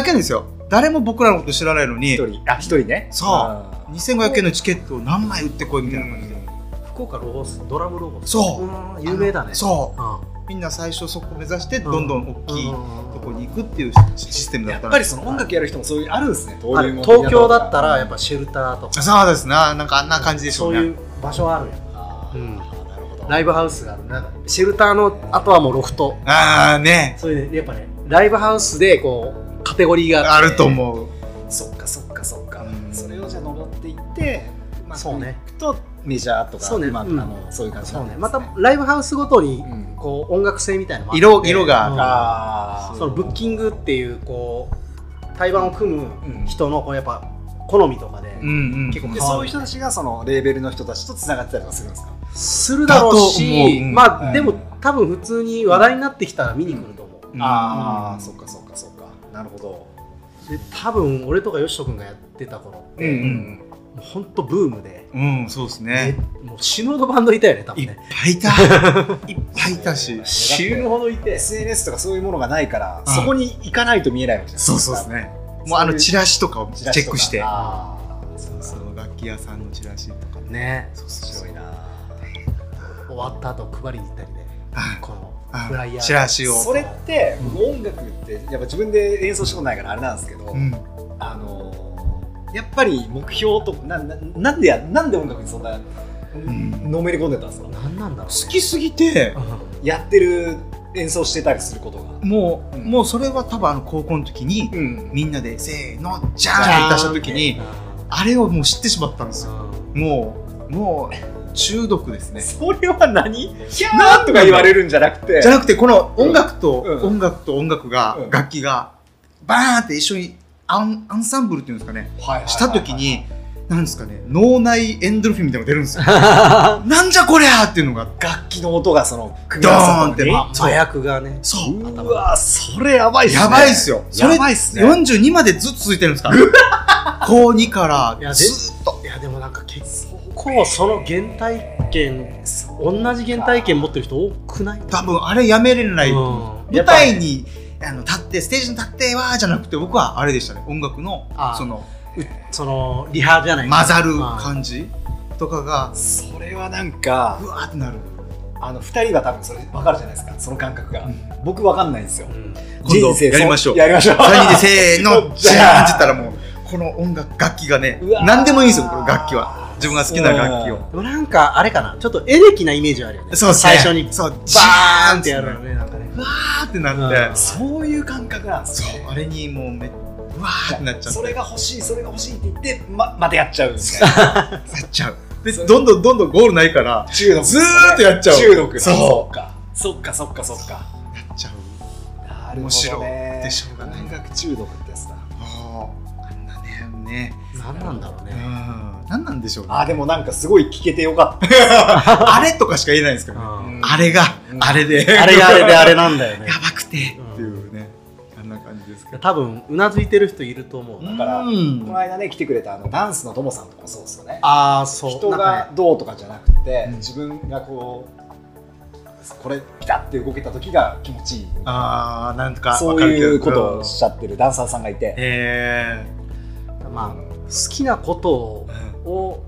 Speaker 4: 2500円ですよ誰も僕らのこと知らないの に
Speaker 3: 一人あ一人ね
Speaker 4: そう
Speaker 3: あ
Speaker 4: 2500円のチケットを何枚売ってこいみ
Speaker 3: ー
Speaker 4: たいな感じで、
Speaker 2: 福岡ロゴスドラムロゴス
Speaker 4: そう
Speaker 2: うん有名だね、
Speaker 4: そううみんな最初そこ目指してどんどん大きいとこ
Speaker 2: に
Speaker 4: に行くっていうシステムだ
Speaker 3: や
Speaker 4: っ
Speaker 3: ったぱりその音楽やる人もそういうあるんですね
Speaker 2: あ
Speaker 3: 登
Speaker 2: る
Speaker 3: 竜門的な
Speaker 2: 東京だったらやっぱシェルターとか
Speaker 4: そうですななんかあんな感じでしょ
Speaker 2: そうう
Speaker 4: ね
Speaker 2: いう場所はあるよ
Speaker 3: あー
Speaker 2: うん
Speaker 3: なるほど
Speaker 2: ライブハウスがあるなんかシェルターのあとはもうロフト
Speaker 4: ああね
Speaker 2: そういうねやっぱねライブハウスでこうカテゴリーが
Speaker 4: あると思う
Speaker 3: そっかそっかそっか、
Speaker 4: うん
Speaker 3: それをじゃあ登っていって、まあ、
Speaker 2: そうね
Speaker 3: 行くとメジャーとか
Speaker 2: そうね
Speaker 3: まあ
Speaker 2: うん
Speaker 3: あのそういう感じ
Speaker 2: そう
Speaker 3: に
Speaker 2: ね
Speaker 3: なるんで
Speaker 2: ますたライブハウスごとに
Speaker 3: うん
Speaker 2: こう音楽性みたいなのもあって
Speaker 4: 色色が、
Speaker 2: うん
Speaker 3: あ
Speaker 2: そのブッキングっていうこう対バンを組
Speaker 3: うん
Speaker 2: む人のこうやっぱ好みとかで
Speaker 4: うんうん
Speaker 2: 結構
Speaker 3: あ
Speaker 2: 変
Speaker 3: で
Speaker 2: わ
Speaker 3: そ
Speaker 2: る
Speaker 3: ういう人たちがそのレーベルの人たちとつながってたりとかするんですか
Speaker 2: するだろう
Speaker 4: だと思
Speaker 2: し
Speaker 4: ううん
Speaker 2: ま
Speaker 3: う
Speaker 2: あ
Speaker 3: ん
Speaker 2: でも多分普通に話題になってきたら見に来ると思う
Speaker 4: うん
Speaker 3: あ
Speaker 4: う
Speaker 3: あ
Speaker 4: ん
Speaker 3: そっかそっかそっかなるほど
Speaker 2: で多分俺とかよしと君がやってた頃って
Speaker 4: うん
Speaker 2: もうほんとブームで
Speaker 4: うんそうですね
Speaker 2: えもう死ぬほどバンドいたよね多
Speaker 4: い
Speaker 2: 分
Speaker 4: っぱ
Speaker 2: ね
Speaker 4: いいたいっぱいいたし
Speaker 3: 死ぬ
Speaker 2: ほどいて
Speaker 3: SNS とかそういうものがないから、
Speaker 4: うん
Speaker 3: そこに行かないと見えないわけじゃない
Speaker 4: そうそうですねもうあのチラシとかをチ
Speaker 3: チラシと
Speaker 4: ェ
Speaker 3: か
Speaker 4: ックして
Speaker 3: あーそう
Speaker 4: そ
Speaker 3: そう
Speaker 4: の楽器屋さんのチラシとか
Speaker 2: ね
Speaker 4: そう
Speaker 3: 面白いな
Speaker 2: 終わった後配りに行ったりね
Speaker 4: あ
Speaker 2: この
Speaker 4: あ
Speaker 2: フライヤー
Speaker 4: チラシを
Speaker 3: それって僕音楽ってやっぱ自分で演奏したことないからあれなんですけど、
Speaker 4: うん
Speaker 3: あのーやっぱり目標となななんでやなんで音楽にそんな
Speaker 4: うん
Speaker 3: のめり込んでたんですか
Speaker 2: 何なんだろう、ね、
Speaker 4: 好きすぎて
Speaker 2: う
Speaker 3: やってる演奏してたりすることが
Speaker 4: もう
Speaker 3: うん
Speaker 4: もうそれは多分あの高校の時に
Speaker 3: うん
Speaker 4: みんなでせーのじゃ
Speaker 2: ん
Speaker 4: ーんって出した時に
Speaker 2: うん
Speaker 4: あれをもう知ってしまったんですよ
Speaker 2: うん
Speaker 4: もうもう中毒ですね
Speaker 3: それは何なんとか言われるんじゃなくて
Speaker 4: じゃなくてこの音楽と
Speaker 3: うん
Speaker 4: 音楽と音楽が、
Speaker 3: うん
Speaker 4: 楽器がバーンって一緒にアンアンサンブルっていうんですかね
Speaker 3: はいはいはいはい
Speaker 4: した時になんですかね脳内エンドルフィンみたいなのが出るん ですよなんじゃこりゃーっていうのが
Speaker 3: 楽器の音がその組
Speaker 4: ドーン
Speaker 3: の
Speaker 4: って
Speaker 2: ま麻薬がね
Speaker 4: そう
Speaker 3: うわそれやばいっすね
Speaker 4: やばいっすよそれ
Speaker 3: やばいっすね
Speaker 4: 42までずっと続いてるんですから高2から
Speaker 2: いやで
Speaker 4: ずっと
Speaker 2: いやでもなんか結構その原体験同じ原体験持ってる人多くない
Speaker 4: 多分あれやめれない、
Speaker 2: うん
Speaker 4: 舞台にあの立ってステージに立ってはじゃなくて僕はあれでしたね音楽の
Speaker 2: あー
Speaker 4: その
Speaker 2: そのリハじゃない
Speaker 4: 混ざる感じとかが
Speaker 3: それはなんか
Speaker 4: うわーってなる、
Speaker 3: あの2人は多分それ分かるじゃないですかその感覚が、
Speaker 4: うん
Speaker 3: 僕分かんないんですよ
Speaker 2: うん
Speaker 4: 今度
Speaker 3: 人生
Speaker 4: やりましょう
Speaker 3: そやりましょう
Speaker 4: 3人でせーの
Speaker 3: じ
Speaker 4: ジ
Speaker 3: ゃあ
Speaker 4: ャーンって言ったらもうこの音楽楽器がね
Speaker 3: うわー
Speaker 4: 何でもいいんですよこの楽器は自分が好きな楽器を
Speaker 2: でもなんかあれかなちょっとエレキなイメージはあるよね
Speaker 4: そうですね
Speaker 2: 最初に
Speaker 4: そうジ
Speaker 2: バ
Speaker 4: ャ
Speaker 2: ー
Speaker 4: ー
Speaker 2: ンっ
Speaker 4: ンってて
Speaker 2: や
Speaker 4: や
Speaker 2: る
Speaker 4: る
Speaker 2: の
Speaker 4: の
Speaker 2: ねなんかね
Speaker 4: うわーってな
Speaker 2: うん
Speaker 4: って
Speaker 3: そういう感覚なんです
Speaker 4: そ
Speaker 3: ね
Speaker 4: うあれにもうめうわーってなっちゃって
Speaker 3: それが欲しいそれが欲しいって言ってままたやっちゃうみたいな
Speaker 4: やっちゃうでどんどんどんどんゴールないから
Speaker 3: 中毒
Speaker 4: ずーっとやっちゃう
Speaker 3: 中毒だ
Speaker 4: そ
Speaker 3: っかそっかそっかそっか
Speaker 4: やっちゃう
Speaker 3: な
Speaker 4: 面白でしょうがない
Speaker 3: 音楽中毒ってやつだ
Speaker 4: あーあんなねね
Speaker 2: 何なんだろう
Speaker 4: う
Speaker 2: ね
Speaker 4: ん何なんでしょうね
Speaker 3: あでもなんかすごい聞けてよかっ
Speaker 4: あれとかしか言えないんですけどね
Speaker 2: うん
Speaker 4: あれが
Speaker 3: うん
Speaker 4: あれで
Speaker 2: あれがあれであれなんだよね
Speaker 4: やばくて
Speaker 2: うん
Speaker 4: っていうねあんな感じですけど
Speaker 2: 多分うなずいてる人いると思う
Speaker 3: だから
Speaker 4: うん
Speaker 3: たこの間ね来てくれたあのダンスのともさんとかもそうですよね
Speaker 2: ああそう
Speaker 3: 人
Speaker 2: なんか
Speaker 3: が
Speaker 2: ね
Speaker 3: どうとかじゃなくて、
Speaker 4: うん
Speaker 3: 自分がこうこれピタッて動けた時が気持ちいいみたいな
Speaker 4: ああなんとかわ
Speaker 3: そう
Speaker 4: かるけど
Speaker 3: いうことをおっしゃってるダンサーさんがいて、
Speaker 4: へ
Speaker 2: まあ好きなことを
Speaker 4: え
Speaker 2: を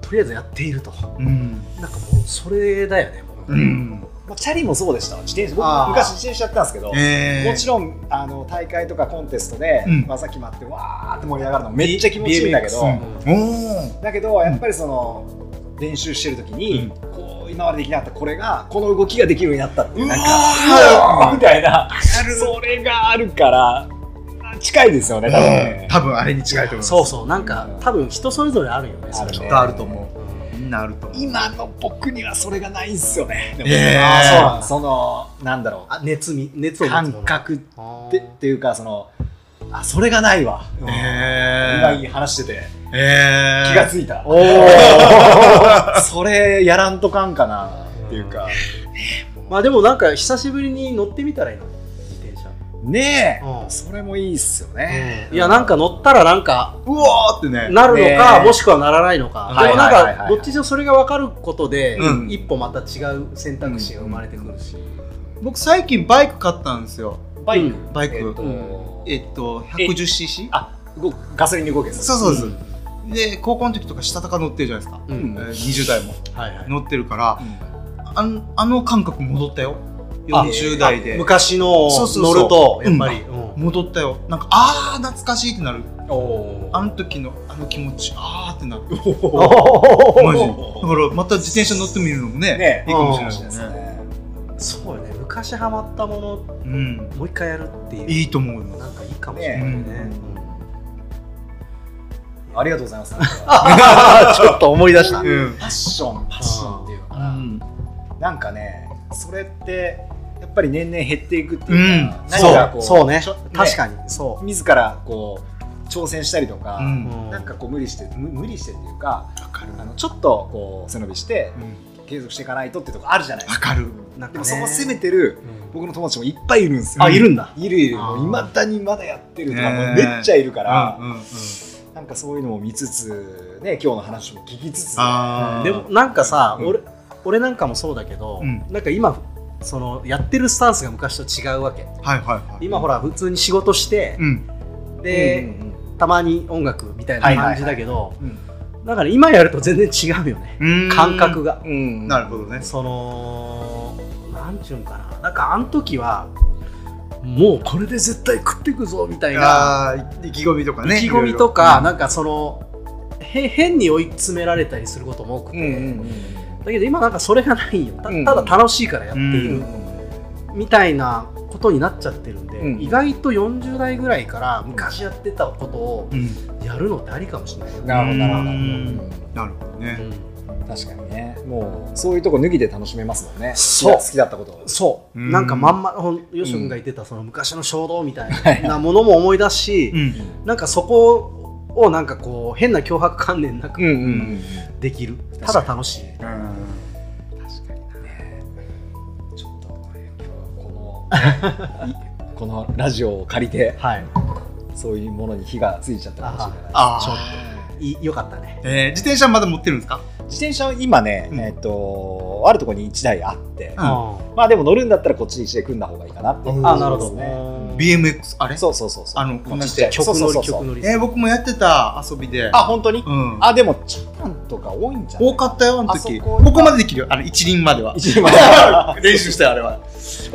Speaker 2: とりあえずやっていると
Speaker 4: うん
Speaker 2: なんかもうそれだよねもう、
Speaker 4: うん
Speaker 3: まあ、チャリもそうでしたわ自転車僕
Speaker 2: あー
Speaker 3: 昔自転車やってたんですけど、
Speaker 4: ええ
Speaker 3: もちろんあの大会とかコンテストで
Speaker 4: うん
Speaker 3: 技決まってわーって盛り上がるのめっちゃ気持ちいいんだけど、
Speaker 2: BMX
Speaker 4: うんおー
Speaker 3: だけどやっぱりその練習してる時に、
Speaker 4: うん
Speaker 3: こう今までできなかったこれがこの動きができるようになったっていう
Speaker 4: う
Speaker 3: なんかうわ
Speaker 4: わ
Speaker 3: ーみたいな
Speaker 4: ーやる
Speaker 3: それがあるからあ近いですよね多分
Speaker 4: うん
Speaker 3: ね
Speaker 4: 多分あれに違いと思います
Speaker 2: そう
Speaker 4: う
Speaker 2: そうなんか多分人それぞれあるよねそれ
Speaker 3: ある
Speaker 4: き
Speaker 3: ね
Speaker 4: っとあると思
Speaker 2: うん
Speaker 4: うみんなあると思う
Speaker 3: 今の僕にはそれがないんすよねでも
Speaker 4: えー
Speaker 3: あーそうなんだそのなんだろ
Speaker 2: あ熱み熱
Speaker 3: う
Speaker 2: を持つ
Speaker 3: 感
Speaker 2: もの
Speaker 3: 覚っ
Speaker 2: あ
Speaker 3: てっ
Speaker 2: ー
Speaker 3: ていうかそのあそれがないわ、うん今い
Speaker 4: え
Speaker 3: い話してて
Speaker 4: ええ
Speaker 3: 気
Speaker 4: え
Speaker 3: がついた、
Speaker 2: おー
Speaker 3: それやらんとかんかなっていうか、
Speaker 2: まあでもなんか久しぶりに乗ってみたらいいの自転車、
Speaker 3: ねえ、
Speaker 2: うん
Speaker 3: それもいいっすよね、
Speaker 2: いやなんか乗ったらなんか
Speaker 4: うわーってね
Speaker 2: なるのか、
Speaker 3: ね
Speaker 2: もしくはならないのか、
Speaker 3: はい
Speaker 2: でも
Speaker 3: は
Speaker 2: ない
Speaker 3: はいはい
Speaker 2: んかどっちにしろそれが分かることで、
Speaker 4: うん
Speaker 2: 一歩また違う選択肢が生まれてくるし、
Speaker 4: 僕最近バイク買ったんですよ
Speaker 3: バイク、
Speaker 2: うん
Speaker 4: バイク
Speaker 3: えっと
Speaker 4: えっと 110cc
Speaker 3: あ動くガソリンに動くやつ
Speaker 4: そうそうそうで高校の時とかしたたか乗ってるじゃないですか、
Speaker 2: うん
Speaker 3: うん
Speaker 4: えー20代も
Speaker 2: はいはい
Speaker 4: 乗ってるから
Speaker 3: うん
Speaker 4: あのあの感覚戻ったよ
Speaker 2: あ
Speaker 4: 40代で
Speaker 2: 昔の
Speaker 4: そうそう
Speaker 2: 乗
Speaker 4: そう
Speaker 2: るとやっぱり、うん
Speaker 4: 戻ったよなんかあー懐かしいってなる
Speaker 2: お
Speaker 4: あの時のあの気持ちあーってなる
Speaker 2: ー
Speaker 4: マジだからまた自転車乗ってみるのもね
Speaker 3: ね
Speaker 4: いいかもし
Speaker 3: そうで
Speaker 4: れないですすね、
Speaker 3: ね
Speaker 2: そうよね昔ハマったもの
Speaker 4: うん、
Speaker 2: もう一回やるっていう
Speaker 4: いいと思うよ
Speaker 2: なんかいいかもしれないね
Speaker 4: ね
Speaker 3: ありがとうございますなんか
Speaker 2: あちょっと思い出
Speaker 4: うん、うん
Speaker 3: パッションパッションっていうのかな、なんかねそれってやっぱり年々減っていくっていうか、
Speaker 4: うん
Speaker 3: 何かこう
Speaker 2: そうね
Speaker 3: ちょ
Speaker 2: 確かにそ
Speaker 3: 自らこう挑戦したりとか、
Speaker 4: うん
Speaker 2: う、うん
Speaker 3: なんかこう無理して無無理してっていうか
Speaker 4: わかる
Speaker 3: あのちょっとこう背伸びして
Speaker 4: うん
Speaker 3: 継続していかないとってとこあるじゃないで
Speaker 4: わ
Speaker 3: すか
Speaker 4: かる
Speaker 2: なん
Speaker 3: でも
Speaker 2: かね
Speaker 3: そこ攻めてる
Speaker 2: うん
Speaker 3: 僕の友達もいっぱいいるんですよ
Speaker 2: あいるんだ
Speaker 3: いるいる
Speaker 2: あー
Speaker 3: いまだにまだやってるとか
Speaker 4: ね
Speaker 3: も
Speaker 4: え
Speaker 3: うめっちゃいるから、
Speaker 4: うんうんうん
Speaker 3: なんかそういうのも見つつね今日の話も聞きつつ
Speaker 4: あー
Speaker 2: でもなんかさ、
Speaker 4: うん
Speaker 2: 俺俺なんかもそうだけど、
Speaker 4: うん
Speaker 2: なんか今そのやってるスタンスが昔と違うわけ
Speaker 4: はいはいはい
Speaker 2: 今ほら普通に仕事して
Speaker 4: う、ん
Speaker 2: で、
Speaker 3: うんうん
Speaker 2: たまに音楽みたいな感じだけど、
Speaker 3: いはい
Speaker 2: だから今やると全然違うよね
Speaker 4: うん
Speaker 2: 感覚が、
Speaker 3: うんうん
Speaker 4: なるほどね
Speaker 2: そのなんちゅうんかななんかあの時はもうこれで絶対食ってくぞみたいな
Speaker 4: あー意気込みとかね
Speaker 2: 意気込みとか、
Speaker 4: いろいろ
Speaker 2: なんかそのへ変に追い詰められたりすることも多くて、
Speaker 3: うんうん
Speaker 2: だけど今なんかそれがないよた
Speaker 3: うん
Speaker 2: ただ楽しいからやっていうる
Speaker 3: んうん
Speaker 2: みたいなことになっちゃってるんで、
Speaker 3: うん
Speaker 2: 意外と40代ぐらいから昔やってたことを
Speaker 4: うん
Speaker 2: やるのってありかもしれないよね、
Speaker 3: なるほどなるほ
Speaker 4: う
Speaker 3: ど
Speaker 4: んなるほどね
Speaker 3: 確かにねもうそういうとこ脱ぎで楽しめますもんね
Speaker 2: そう
Speaker 3: 好きだ好きだったことを
Speaker 2: そう
Speaker 4: うん
Speaker 2: なんかまんまほんよし君が言ってたその昔の衝動みたいなものも思い出すし、
Speaker 4: うん
Speaker 2: なんかそこをなんかこう変な脅迫観念なく
Speaker 3: うんうんうん
Speaker 2: できる、ただ楽しい
Speaker 4: 確かに
Speaker 3: ちょっと今日はこのいこのラジオを借りて
Speaker 2: はい
Speaker 3: そういうものに火がついちゃったかもしれない
Speaker 2: あ
Speaker 4: あ
Speaker 2: ちょっ
Speaker 4: あ
Speaker 2: い良かったね。
Speaker 6: えー自転車まだ持ってるんですか
Speaker 3: 自転車は今ね、
Speaker 6: うん
Speaker 3: えっ、とあるところに1台あって、
Speaker 6: う
Speaker 2: うん
Speaker 3: まあでも乗るんだったらこっちにして組んだ方がいいかなっていう
Speaker 2: あ、なるほ
Speaker 3: ですね
Speaker 2: ど。
Speaker 6: BMX あれ
Speaker 3: そうそうそうそう
Speaker 6: あのこんな
Speaker 3: ちっちゃい
Speaker 2: 曲
Speaker 3: そう
Speaker 2: 乗
Speaker 3: そ
Speaker 2: り
Speaker 3: うそう
Speaker 2: 曲乗り。
Speaker 6: えー僕もやってた遊びで
Speaker 3: あ本当に、
Speaker 6: うん
Speaker 3: あでもチャタンとか多いんじゃない
Speaker 6: 多かったよあの時
Speaker 3: あそ
Speaker 6: こ
Speaker 3: こ
Speaker 6: こまでできるよあの一輪までは
Speaker 3: 一人前
Speaker 6: 練習したよあれは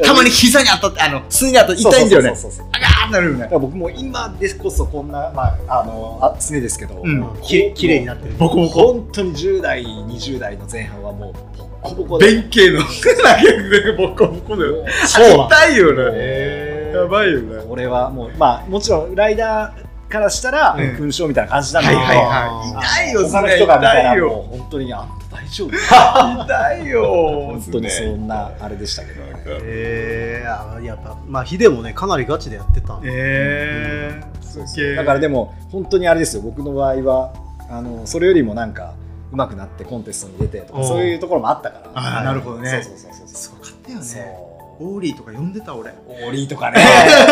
Speaker 6: たまに膝に当たってあのすに当たって痛いんだよね
Speaker 3: そうそうそうそう
Speaker 6: あーなるよね
Speaker 3: だから僕も今でこそこんな、まあ、あのあ常ですけど、
Speaker 6: うん
Speaker 2: うんきれ綺麗になってる。
Speaker 6: ボコボコ
Speaker 3: 本当に10代20代の前半はもうボッコボコで
Speaker 6: 弁慶の投げでボコボコだよあれ
Speaker 3: そう
Speaker 6: 痛いよねやばいよね
Speaker 3: 俺はもうまあもちろんライダーからしたら
Speaker 6: うん
Speaker 3: 勲章みたいな感じなんだ
Speaker 6: は
Speaker 3: け
Speaker 6: い
Speaker 3: ど、
Speaker 6: はいは
Speaker 2: あ
Speaker 6: い痛いよ
Speaker 3: 他
Speaker 6: そ
Speaker 3: の
Speaker 6: れ
Speaker 3: 人が見た
Speaker 6: 痛い
Speaker 3: らもう
Speaker 6: よ
Speaker 3: 本当にあんた大丈夫
Speaker 6: 痛いよ
Speaker 3: 本当にそ
Speaker 6: うん
Speaker 3: なあれでしたけどね
Speaker 2: ええあやっぱまあヒデもねかなりガチでやってたんで。
Speaker 6: えーすげえ
Speaker 3: だからでも本当にあれですよ僕の場合はあのそれよりもなんか上手くなってコンテストに出てと
Speaker 2: う
Speaker 3: か
Speaker 2: ん
Speaker 3: そういうところもあったから
Speaker 6: あー
Speaker 3: はい
Speaker 6: なるほどね
Speaker 3: そうそうそうそう
Speaker 6: すごかったよ
Speaker 3: そう
Speaker 6: ねオーリーとか呼んでた俺
Speaker 3: オーリーとかね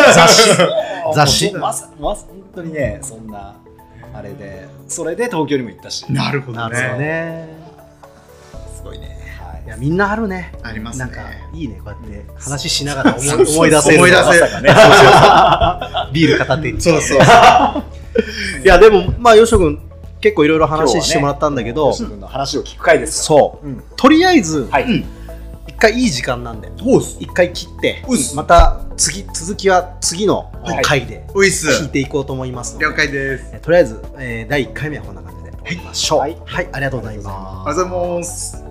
Speaker 2: 雑誌雑
Speaker 3: 雑
Speaker 2: 誌
Speaker 3: 誌まさまさ本当にねそんなあれでそれで東京にも行ったし
Speaker 6: なるほ
Speaker 2: な
Speaker 6: ど
Speaker 2: るほど
Speaker 6: ね
Speaker 2: ね。
Speaker 6: すごいね
Speaker 3: はい
Speaker 2: いやみんなあるね。
Speaker 6: あります
Speaker 2: な
Speaker 6: ね
Speaker 2: んかいいねこうやって話しながら思い思い出せる。
Speaker 6: 思い出せる
Speaker 3: まさ かね
Speaker 2: ビール片手に。
Speaker 6: そうそう
Speaker 2: いやでもまあよしょ君結構いろいろ話してもらったんだけど、
Speaker 3: 吉野君の話を聞く回ですか
Speaker 2: そう
Speaker 3: らうん
Speaker 2: とりあえず
Speaker 3: はい
Speaker 6: うん
Speaker 2: 一回いい時間なんで
Speaker 6: ホース
Speaker 2: 一回切って
Speaker 6: うっす
Speaker 2: また次続きは次の
Speaker 3: はい
Speaker 2: 回で
Speaker 6: ウイス
Speaker 2: 聞いていこうと思いますので、
Speaker 6: 了解です
Speaker 2: えとりあえず、えー第1回目はこんな感じで終わりましょう
Speaker 3: は
Speaker 2: はいい、ありがとうございます
Speaker 6: ありがとうございます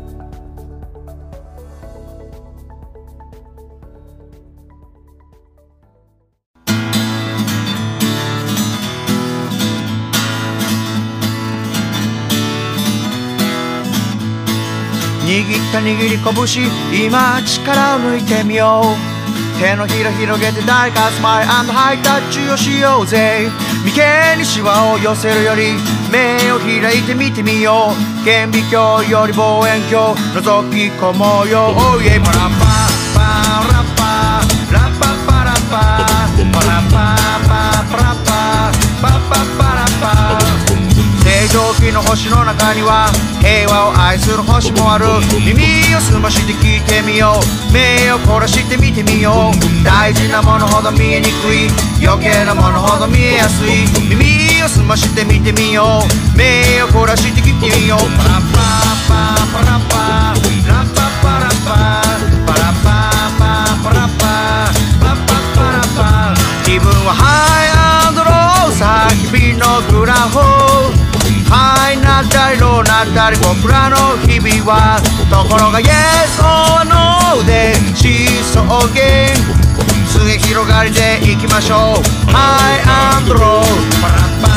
Speaker 4: 握った握り拳今力を抜いてみよう手のひら広げて誰かスマイルハイタッチをしようぜ眉間にシワを寄せるより目を開いて見てみよう顕微鏡より望遠鏡覗き込もうよ Oh yeah パランパパランパランパパランパパランパパランパパパパランパ正常期の星の中には平和を愛する星もある耳を澄まして聞いてみよう目を凝らして見てみよう大事なものほど見えにくい余計なものほど見えやすい耳を澄まして見てみよう目を凝らして聞いてみようパラッパーパラッパーラッパパラッパーパラッパーパラッパーパラッパーパラッパー気分はハイアンドロー叫びのグラフはいなったりローなったり僕らの日々はところが Yes or No でシーソーゲームすげ広がりでいきましょう High and Low パラッパ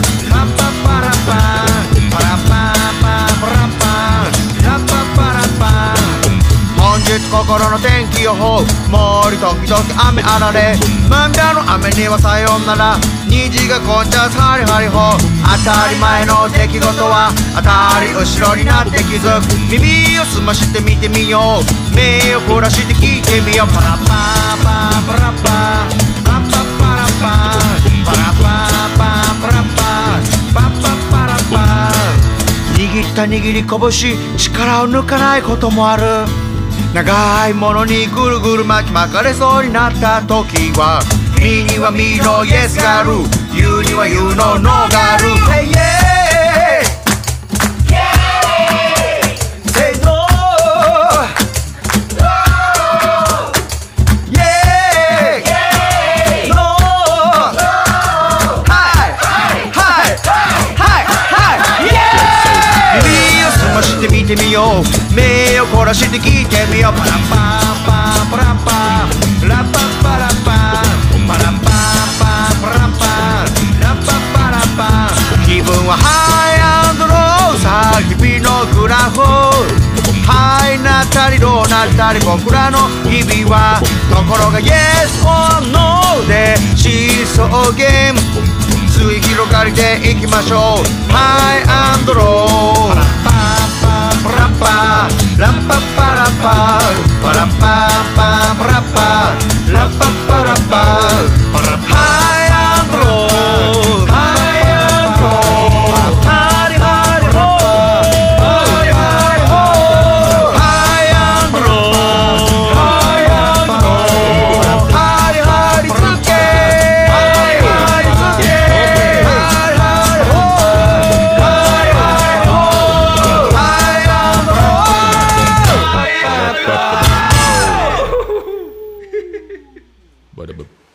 Speaker 4: ーパーパラッパーパッパッパラッパーパラッパーパーパラッパーラッパッパラッパー本日心の天気予報森時々雨あられ涙の雨にはさようなら虹がこんちゃすハリハリほ当たり前の出来事は当たり後ろになって気づく耳を澄まして見てみよう目を凝らして聞いてみようパラッパーパーパラッパーパッパッパラッパーパラッパーパーパラッパーパッパッパラッパー握った握り拳力を抜かないこともある長いものにぐるぐる巻き巻かれそうになった時は身には身の Yes がある You には You の No がある Hey yeah Say no Yeah No Hi Hi Hi Hi Yeah 耳を澄まして見てみよう目を凝らして聞いてみようパランパーパーパランパーラッパッパラッパーパランパーパーパランパーラッパッパラッパー気分はハイアンドローさあ日々のグラフハイなったりローなったり僕らの日々はところが Yes or No でシーソーゲーム水広がりでいきましょうハイアンドローパラッパーパラッパーラッパッパラッパーパラッパ